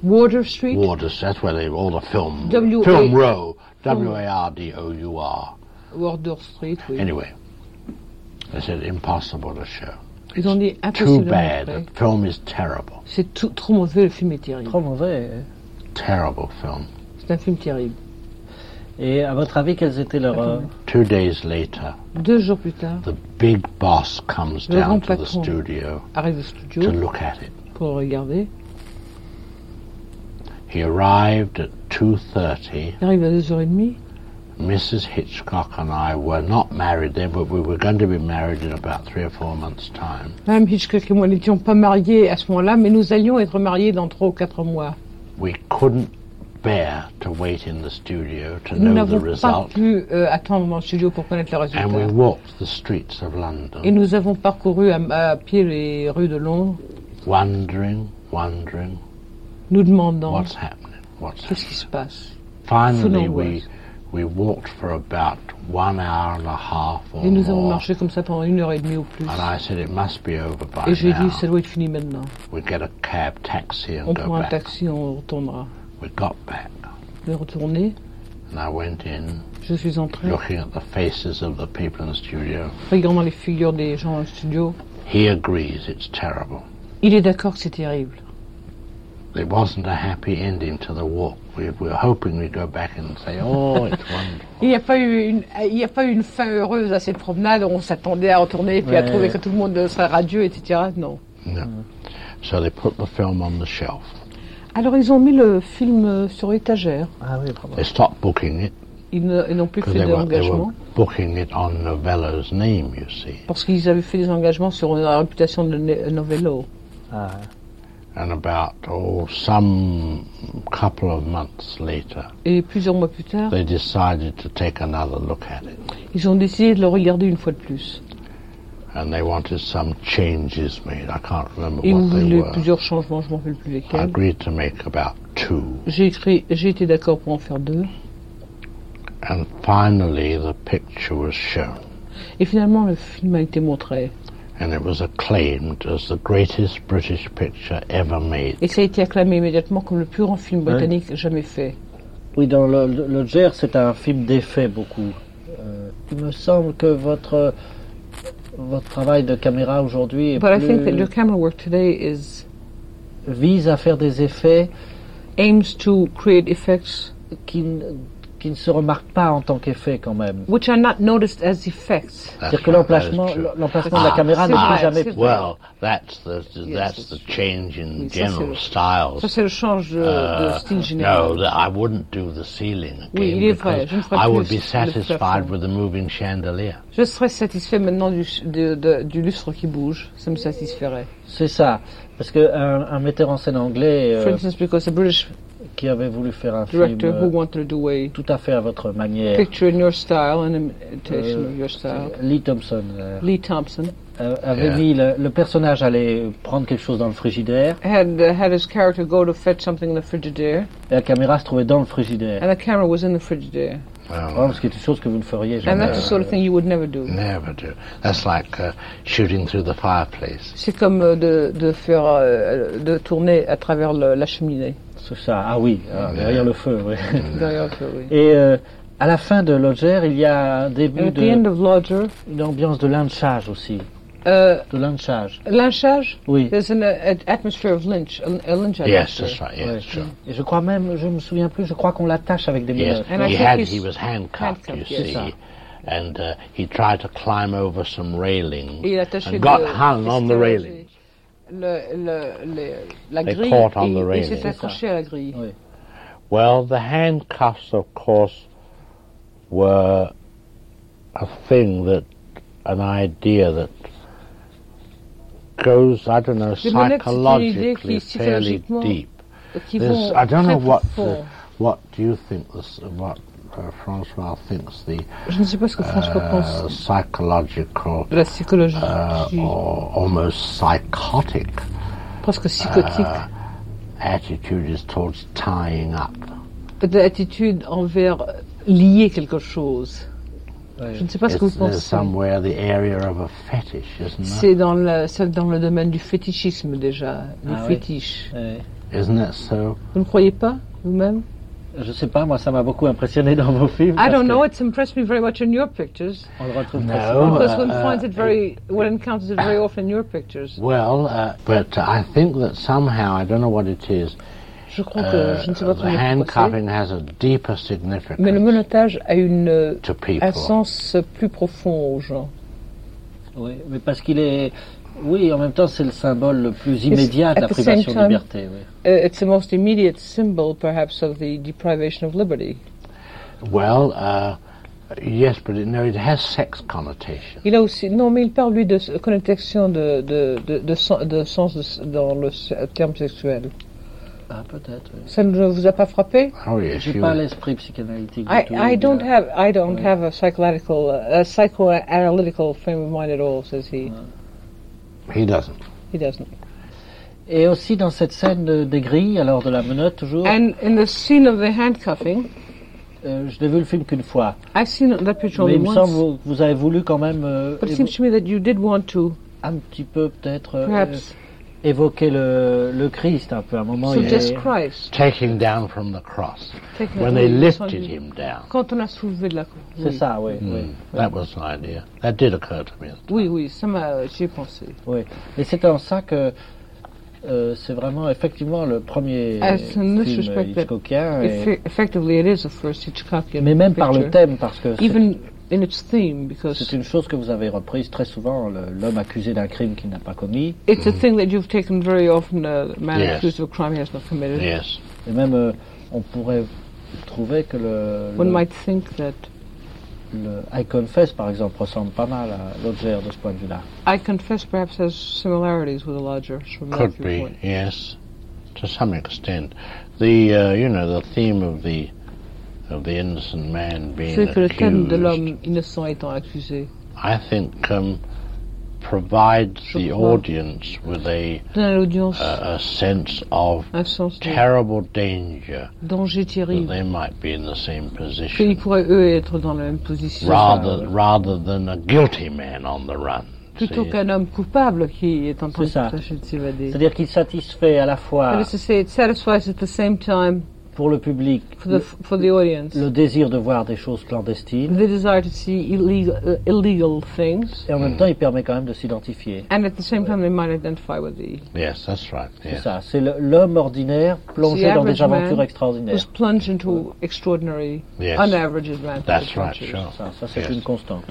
Water Street.
Wardour, that's where they all the film
W A- Oh.
film row
Film-
W A R D O U R.
Wardour Street, oui.
Anyway, they said impossible to show.
Ils ont dit
Too
impossible de
bad.
montrer.
The film is terrible.
C'est tout- trop mauvais, le film est terrible. Trop
mauvais.
Terrible film.
C'est un film terrible.
Et à votre avis, quelles étaient leurs... euh,
Two days later,
Deux jours plus tard,
the big boss comes
Le
down
grand
to the
patron.
studio
arrive au
to
studio
look at it.
pour le regarder.
He arrived at two thirty.
Il arrive à 2h30.
Mrs. Hitchcock and I were not married then, but we were going to be married in about three or four months' time.
Madame Hitchcock et moi n'étions pas mariés à ce moment-là, mais nous allions être mariés dans trois ou quatre mois.
We couldn't bear to wait in the studio to
Nous
know the
n'avons pas
result,
pu euh, attendre dans le studio pour connaître le résultat.
and we walked the streets of
Et
London,
nous avons parcouru à, à pied les rues de Londres,
wondering, wondering
nous demandant
what's happening, what's
qu'est-ce qui se passe.
Finally,
Full
we we walked for about one hour and a half or
Et nous avons
more,
marché comme ça pendant une heure et demie au plus.
and I said it must be over by
Et j'ai dit,
now.
ça doit être fini maintenant.
We get a cab, taxi, and
On
go
prend un
back.
taxi, on retournera.
We got back,
Je vais retourner,
and I went in.
je suis entré,
looking at the faces of the people in the studio.
regardant les figures des gens dans le studio.
He agrees it's terrible.
Il est d'accord que c'est terrible.
It wasn't a happy ending to the walk. We, we were hoping we'd go back and say, oh, it's wonderful.
Il n'y a pas eu une, il n'y a pas eu une fin heureuse à cette promenade. On s'attendait à retourner puis à
Ouais.
trouver que tout le monde serait radieux, etc. Non.
No. So they put the film on the shelf.
Alors ils ont mis le film euh, sur étagère.
They stopped booking it
Ils ne- ils n'ont plus
because
fait
they were, they were
d'engagement
booking it on Novella's name, you see.
parce qu'ils avaient fait des engagements sur la réputation de Ne- Novello.
Ah. And about, oh, some couple of months later,
Et plusieurs mois plus tard,
they decided to take another look at it.
ils ont décidé de le regarder une fois de plus.
And they wanted some changes made. I can't remember
Ils
what they
voulaient
were.
plusieurs changements, je m'en rappelle plus
I
lesquels.
agreed to make about two.
J'ai écrit- j'ai été d'accord pour en faire deux.
And finally, the picture was shown.
Et finalement, le film a été montré.
And it was acclaimed as the greatest British picture ever made.
Et ça a été acclamé immédiatement comme le plus grand film
Ouais.
britannique jamais fait.
Oui, dans le, le, le Gers, c'est un film d'effet beaucoup. Euh, il me semble que votre, votre travail de caméra aujourd'hui est
But I
plus-
think that your camera work today is
vise à faire des effets
aims to create effects
qui, ne- qui ne se remarquent pas en tant qu'effets quand même.
which are not noticed as effects.
C'est-à-dire que l'emplacement l'emplacement de la
Ah,
caméra n'est
c'est
plus
vrai,
jamais
c'est
pris.
Well, that's the
Yes,
that's the change in
Oui, ça, c'est
general
le-
styles.
Ça c'est le change de, de
Ah,
Uh,
style général.
no, that I wouldn't do the ceiling
Oui,
again
il est vrai,
because
je ne ferai
I
plus
would be
le plafond.
satisfied with the moving chandelier.
Je serais satisfait maintenant du, de- de- du lustre qui bouge. Ça me satisferait.
C'est ça. Parce qu'un un un metteur en scène anglais euh,
For instance, because a British
qui avait voulu faire un film
director who
euh,
wanted to do a
tout à fait à votre manière,
picture in your style, an imitation
Euh,
of your style,
Lee Thompson, euh,
Lee Thompson
euh, avait
Yeah.
mis le, le personnage allait prendre quelque chose dans le frigidaire
had uh, had his character go to fetch something in the frigidaire,
et la caméra se trouvait dans le frigidaire.
and the camera was in the frigidaire.
Vraiment, ce qui est une chose que vous ne feriez
And
jamais.
that's the sort of thing you would never do.
euh,
Never do. That's like uh, shooting through the fireplace.
C'est comme euh, de, de faire euh, de tourner à travers le- la cheminée.
C'est ça. Ah oui, ah, derrière le feu. oui.
Derrière le feu, oui.
Et euh, à la fin de Lodger, il y a un début
At the
de
end of Lodger,
une ambiance de lynchage aussi,
euh,
de lynchage.
lynchage.
Oui.
There's an, uh, an atmosphere of lynch. A, a lynch atmosphere.
Ouais. Et je crois même, je me souviens plus, je crois qu'on l'attache avec des
Yes,
menottes.
And I
he
think
had.
he's
He was handcuffed,
handcuffed,
you
yes.
see,
Yes,
and uh, he tried to climb over some railings
Et il attachait
and got
le-
hung on the railing.
Le- le- le- la
They
grille.
caught on the
et, et
railing.
s'est accroché à la grille.
Well, the handcuffs, of course, were a thing that, an idea that goes, I don't know,
Les monettes, c'est une idée
psychologically
qui,
fairly
psychologiquement,
deep.
qui
This,
vont
I don't know
très
what
fort.
the, what do you think this what uh, Francois thinks the
Je ne sais pas ce que François
uh,
pense
psychological
de la psychologie,
uh, or almost psychotic
presque psychotique,
uh, attitude is towards tying up.
de l'attitude envers euh, lier quelque chose. Je ne sais pas ce que
It's,
vous
there's
pensez.
somewhere the area of a fetish, isn't
C'est
it?
dans le, c'est dans le domaine du fétichisme déjà, le
Ah oui.
fétiche.
Isn't it so?
Vous ne croyez pas vous-même
Je sais pas, moi ça m'a beaucoup impressionné dans vos films.
I
parce
don't
que
know, it's impressed me very much in your pictures.
On le retrouve
No,
très souvent.
uh,
Because one
uh,
finds it very, one encounters it very often in your pictures.
Well, uh, but I think that somehow I don't know what it is.
Je crois que je ne sais pas
the
comment vous pensez.
handcuffing has a deeper significance.
Mais le menottage a une, euh,
To people.
un sens plus profond aux gens.
Oui, mais parce qu'il est, oui, en même temps c'est le symbole le plus immédiat de la
At the same
privation de
time,
liberté. oui.
uh, it's the most immediate symbol, perhaps, of the deprivation of liberty.
Well, uh, yes, but it, no, it has sex connotation.
Il a aussi, non, mais il parle lui de s- connotation de, de, de, de, sen- de sens de s- dans le s- terme sexuel.
Ah peut-être. oui.
Ça ne vous a pas frappé
Oh yes,
J'ai
you-
pas l'esprit psychanalytique du
I,
tout. euh,
I don't
bien.
have I don't
Oui.
have a psychoanalytical a psychoanalytical frame of mind at all, says he.
Uh-huh.
He doesn't.
He doesn't.
Et aussi dans cette scène de- des grilles, alors de la menotte toujours.
And in the scene of the handcuffing,
euh, je n'ai vu le film qu'une fois.
I've seen that picture
Mais
only
il me semble
once,
vous- que vous avez voulu quand même euh,
but it
évo-
seems to me that you did want to
un petit peu peut-être euh,
perhaps
euh, évoquer le, le Christ un peu. À un moment, il
suggest
est-
Christ.
Take him down from the cross.
Take him
When
down
they
from the cross.
lifted him down.
Quand on a soulevé de la croix.
C'est ça, oui.
Hmm,
oui.
That was an idea. That did occur to me.
Oui, oui, ça m'a, j'y ai pensé.
Oui. Et c'est en ça que euh, c'est vraiment effectivement le premier
As
film
no suspect that
Hitchcockien. et-
effe- effectively it is the first Hitchcockian
mais même par le
picture.
thème, parce que c'est-
Even in its theme because
C'est une chose que vous avez reprise très souvent, le- l'homme accusé d'un crime qu'il n'a pas commis.
it's a thing that you've taken very often. Uh, the man
Yes.
accused of a crime he has not committed.
Et même, euh, on pourrait trouver que le,
One
le,
might think that
le I Confess, par exemple, ressemble pas mal à l'Odger de ce point de vue-là.
I confess perhaps has similarities with a larger from that
Could
viewpoint.
be, yes, to some extent. The uh, you know the theme of the of the innocent man being
C'est que le thème de
accused.
l'homme innocent étant accusé
I think um, provides the
Sure.
audience with a
donne à l'audience
a, a sense of
un sens de
terrible danger
danger
that
terrible.
they might be in the same position,
Qu'ils pourraient eux être dans la même position.
rather rather than a guilty man on the run.
plutôt
see.
qu'un homme coupable qui est en train de
C'est ça.
tâcher de s'évader.
C'est-à-dire qu'il satisfait à la
Ah.
That
fois
is to say, it satisfies at the same time
pour le public
for the, for the audience
le désir de voir des choses clandestines,
the desire to see illegal, uh, illegal things,
et en même temps, il permet quand même de s'identifier.
and at the same time they might identify with the,
Yes, that's right.
C'est
Yeah.
ça, c'est le- l'homme ordinaire
the
plongé dans
average
des aventures
man
extraordinaires.
who's plunged into extraordinary,
Yes.
unaverage adventures.
That's right,
adventures.
sure.
Ça, ça, c'est
Yes.
une constante.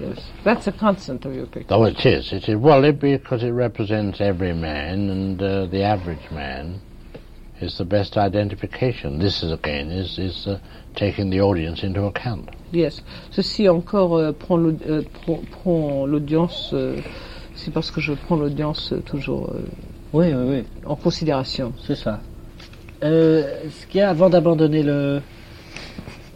That's a constant of your picture.
Though it is, it is well it, because it represents every man, and uh, the average man is the best identification. This is again is is uh, taking the audience into account.
Yes. Ceci encore euh, prend l'aud- euh, prend- prend l'audience. euh, c'est parce que je prends l'audience euh, toujours euh,
Oui, oui, oui.
en considération.
C'est ça. Euh, ce qu'il y a avant d'abandonner le,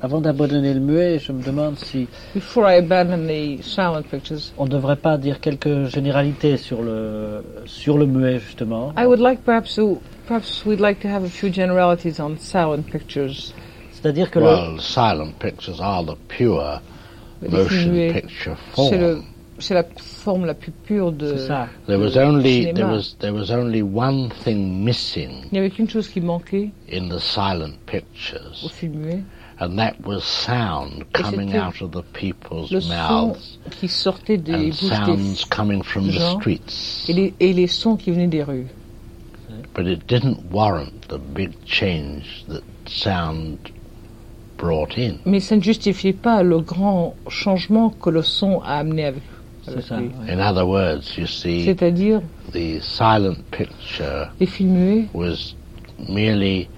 avant d'abandonner le muet, je me demande si
Before I abandon the silent pictures,
on ne devrait pas dire quelques généralités sur le, sur le muet justement.
I would like perhaps to, perhaps we'd like to have a few generalities on silent pictures.
C'est-à-dire que
Well, silent pictures are the pure
le
motion
muet,
picture
c'est
form.
le- c'est la forme la plus pure de.
There was
de
only there
cinéma.
was there was only one thing missing
Il n'y avait qu'une chose qui manquait
in the silent pictures,
au film muet,
and that was sound
Et
coming
c'était
out of the people's
le son
mouths
qui sortait des
and
bouches
sounds coming from
des
the
gens
streets.
et les, et les sons qui venaient des rues.
But it didn't warrant the big change that sound brought in.
Mais ça ne justifiait pas le grand changement que le son a amené avec, avec lui.
In other words, you see,
C'est-à-dire,
the silent picture
les films muets
was merely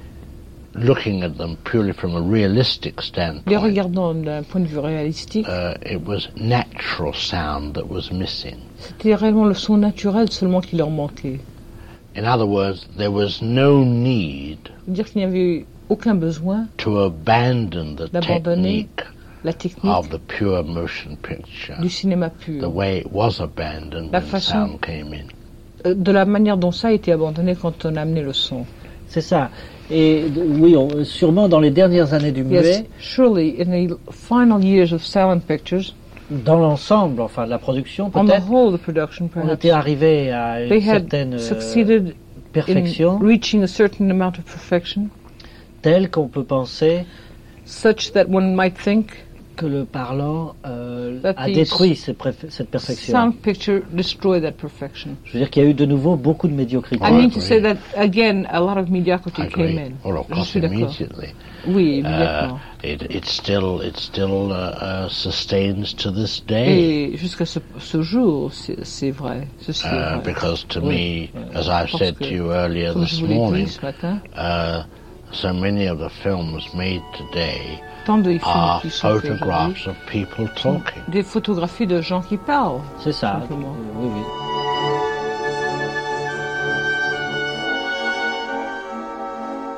looking at them purely from a realistic standpoint.
Les regardant d'un point de vue réaliste,
Uh, it was natural sound that was missing.
c'était réellement le son naturel seulement qui leur manquait.
In other words, there was no need
C'est-à-dire qu'il n'y avait aucun besoin
to abandon the
d'abandonner
technique
la technique
of the pure motion picture
du cinéma
the
pur,
way it was abandoned
La
when
façon-
sound came in.
Euh, de la manière dont ça a été abandonné quand on a amené le son.
C'est ça. Et de- oui, on- sûrement dans les dernières années du muet,
Yes, surely in the final years of silent pictures,
dans l'ensemble, enfin de la production
on the
peut-être,
whole of the production
on
perhaps,
était arrivé à une
they had
certaine euh,
succeeded
perfection.
in reaching a certain amount of perfection,
telle qu'on peut penser
such that one might think
que le parlant euh,
that
a
the
détruit ces préf- cette perfection.
sound picture destroyed that perfection.
Je veux dire qu'il y a eu de nouveau beaucoup de médiocrité.
I mean to say that again, a lot of mediocrity came in.
Well, of
Je
course,
suis d'accord.
immediately.
Oui,
Uh,
immédiatement.
it, it still, it still uh, uh, sustains to this day.
Et jusqu'à ce, ce jour, c'est c'est vrai. Ceci est vrai.
Uh, because to
Oui.
me,
Euh,
as
je
I've
pense
said
que,
to you earlier
comme
this
je vous l'ai dit
morning,
ce matin,
uh, so many of the films made today
tant de films
are
qui sont faits aujourd'hui,
photographs of people talking.
des photographies de gens qui parlent.
C'est ça.
simplement.
Oui, oui.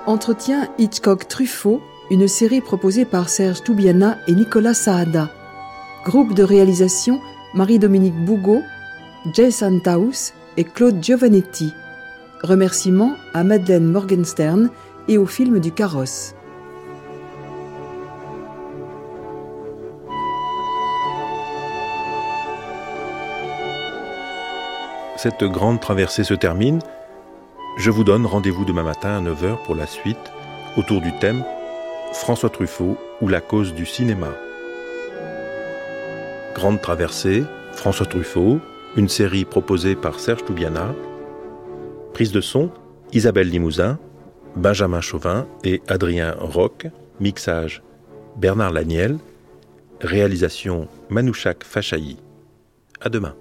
Entretien Hitchcock-Truffaut, une série proposée par Serge Toubiana et Nicolas Saada. Groupe de réalisation Marie-Dominique Bougot, Jay Santaus et Claude Giovanetti. Remerciements à Madeleine Morgenstern et au film du Carrosse.
Cette grande traversée se termine. Je vous donne rendez-vous demain matin à 9h pour la suite, autour du thème François Truffaut ou la cause du cinéma. Grande traversée, François Truffaut, une série proposée par Serge Toubiana. Prise de son, Isabelle Limousin, Benjamin Chauvin et Adrien Roch. Mixage, Bernard Laniel.
Réalisation Manouchak Fachaï. À demain.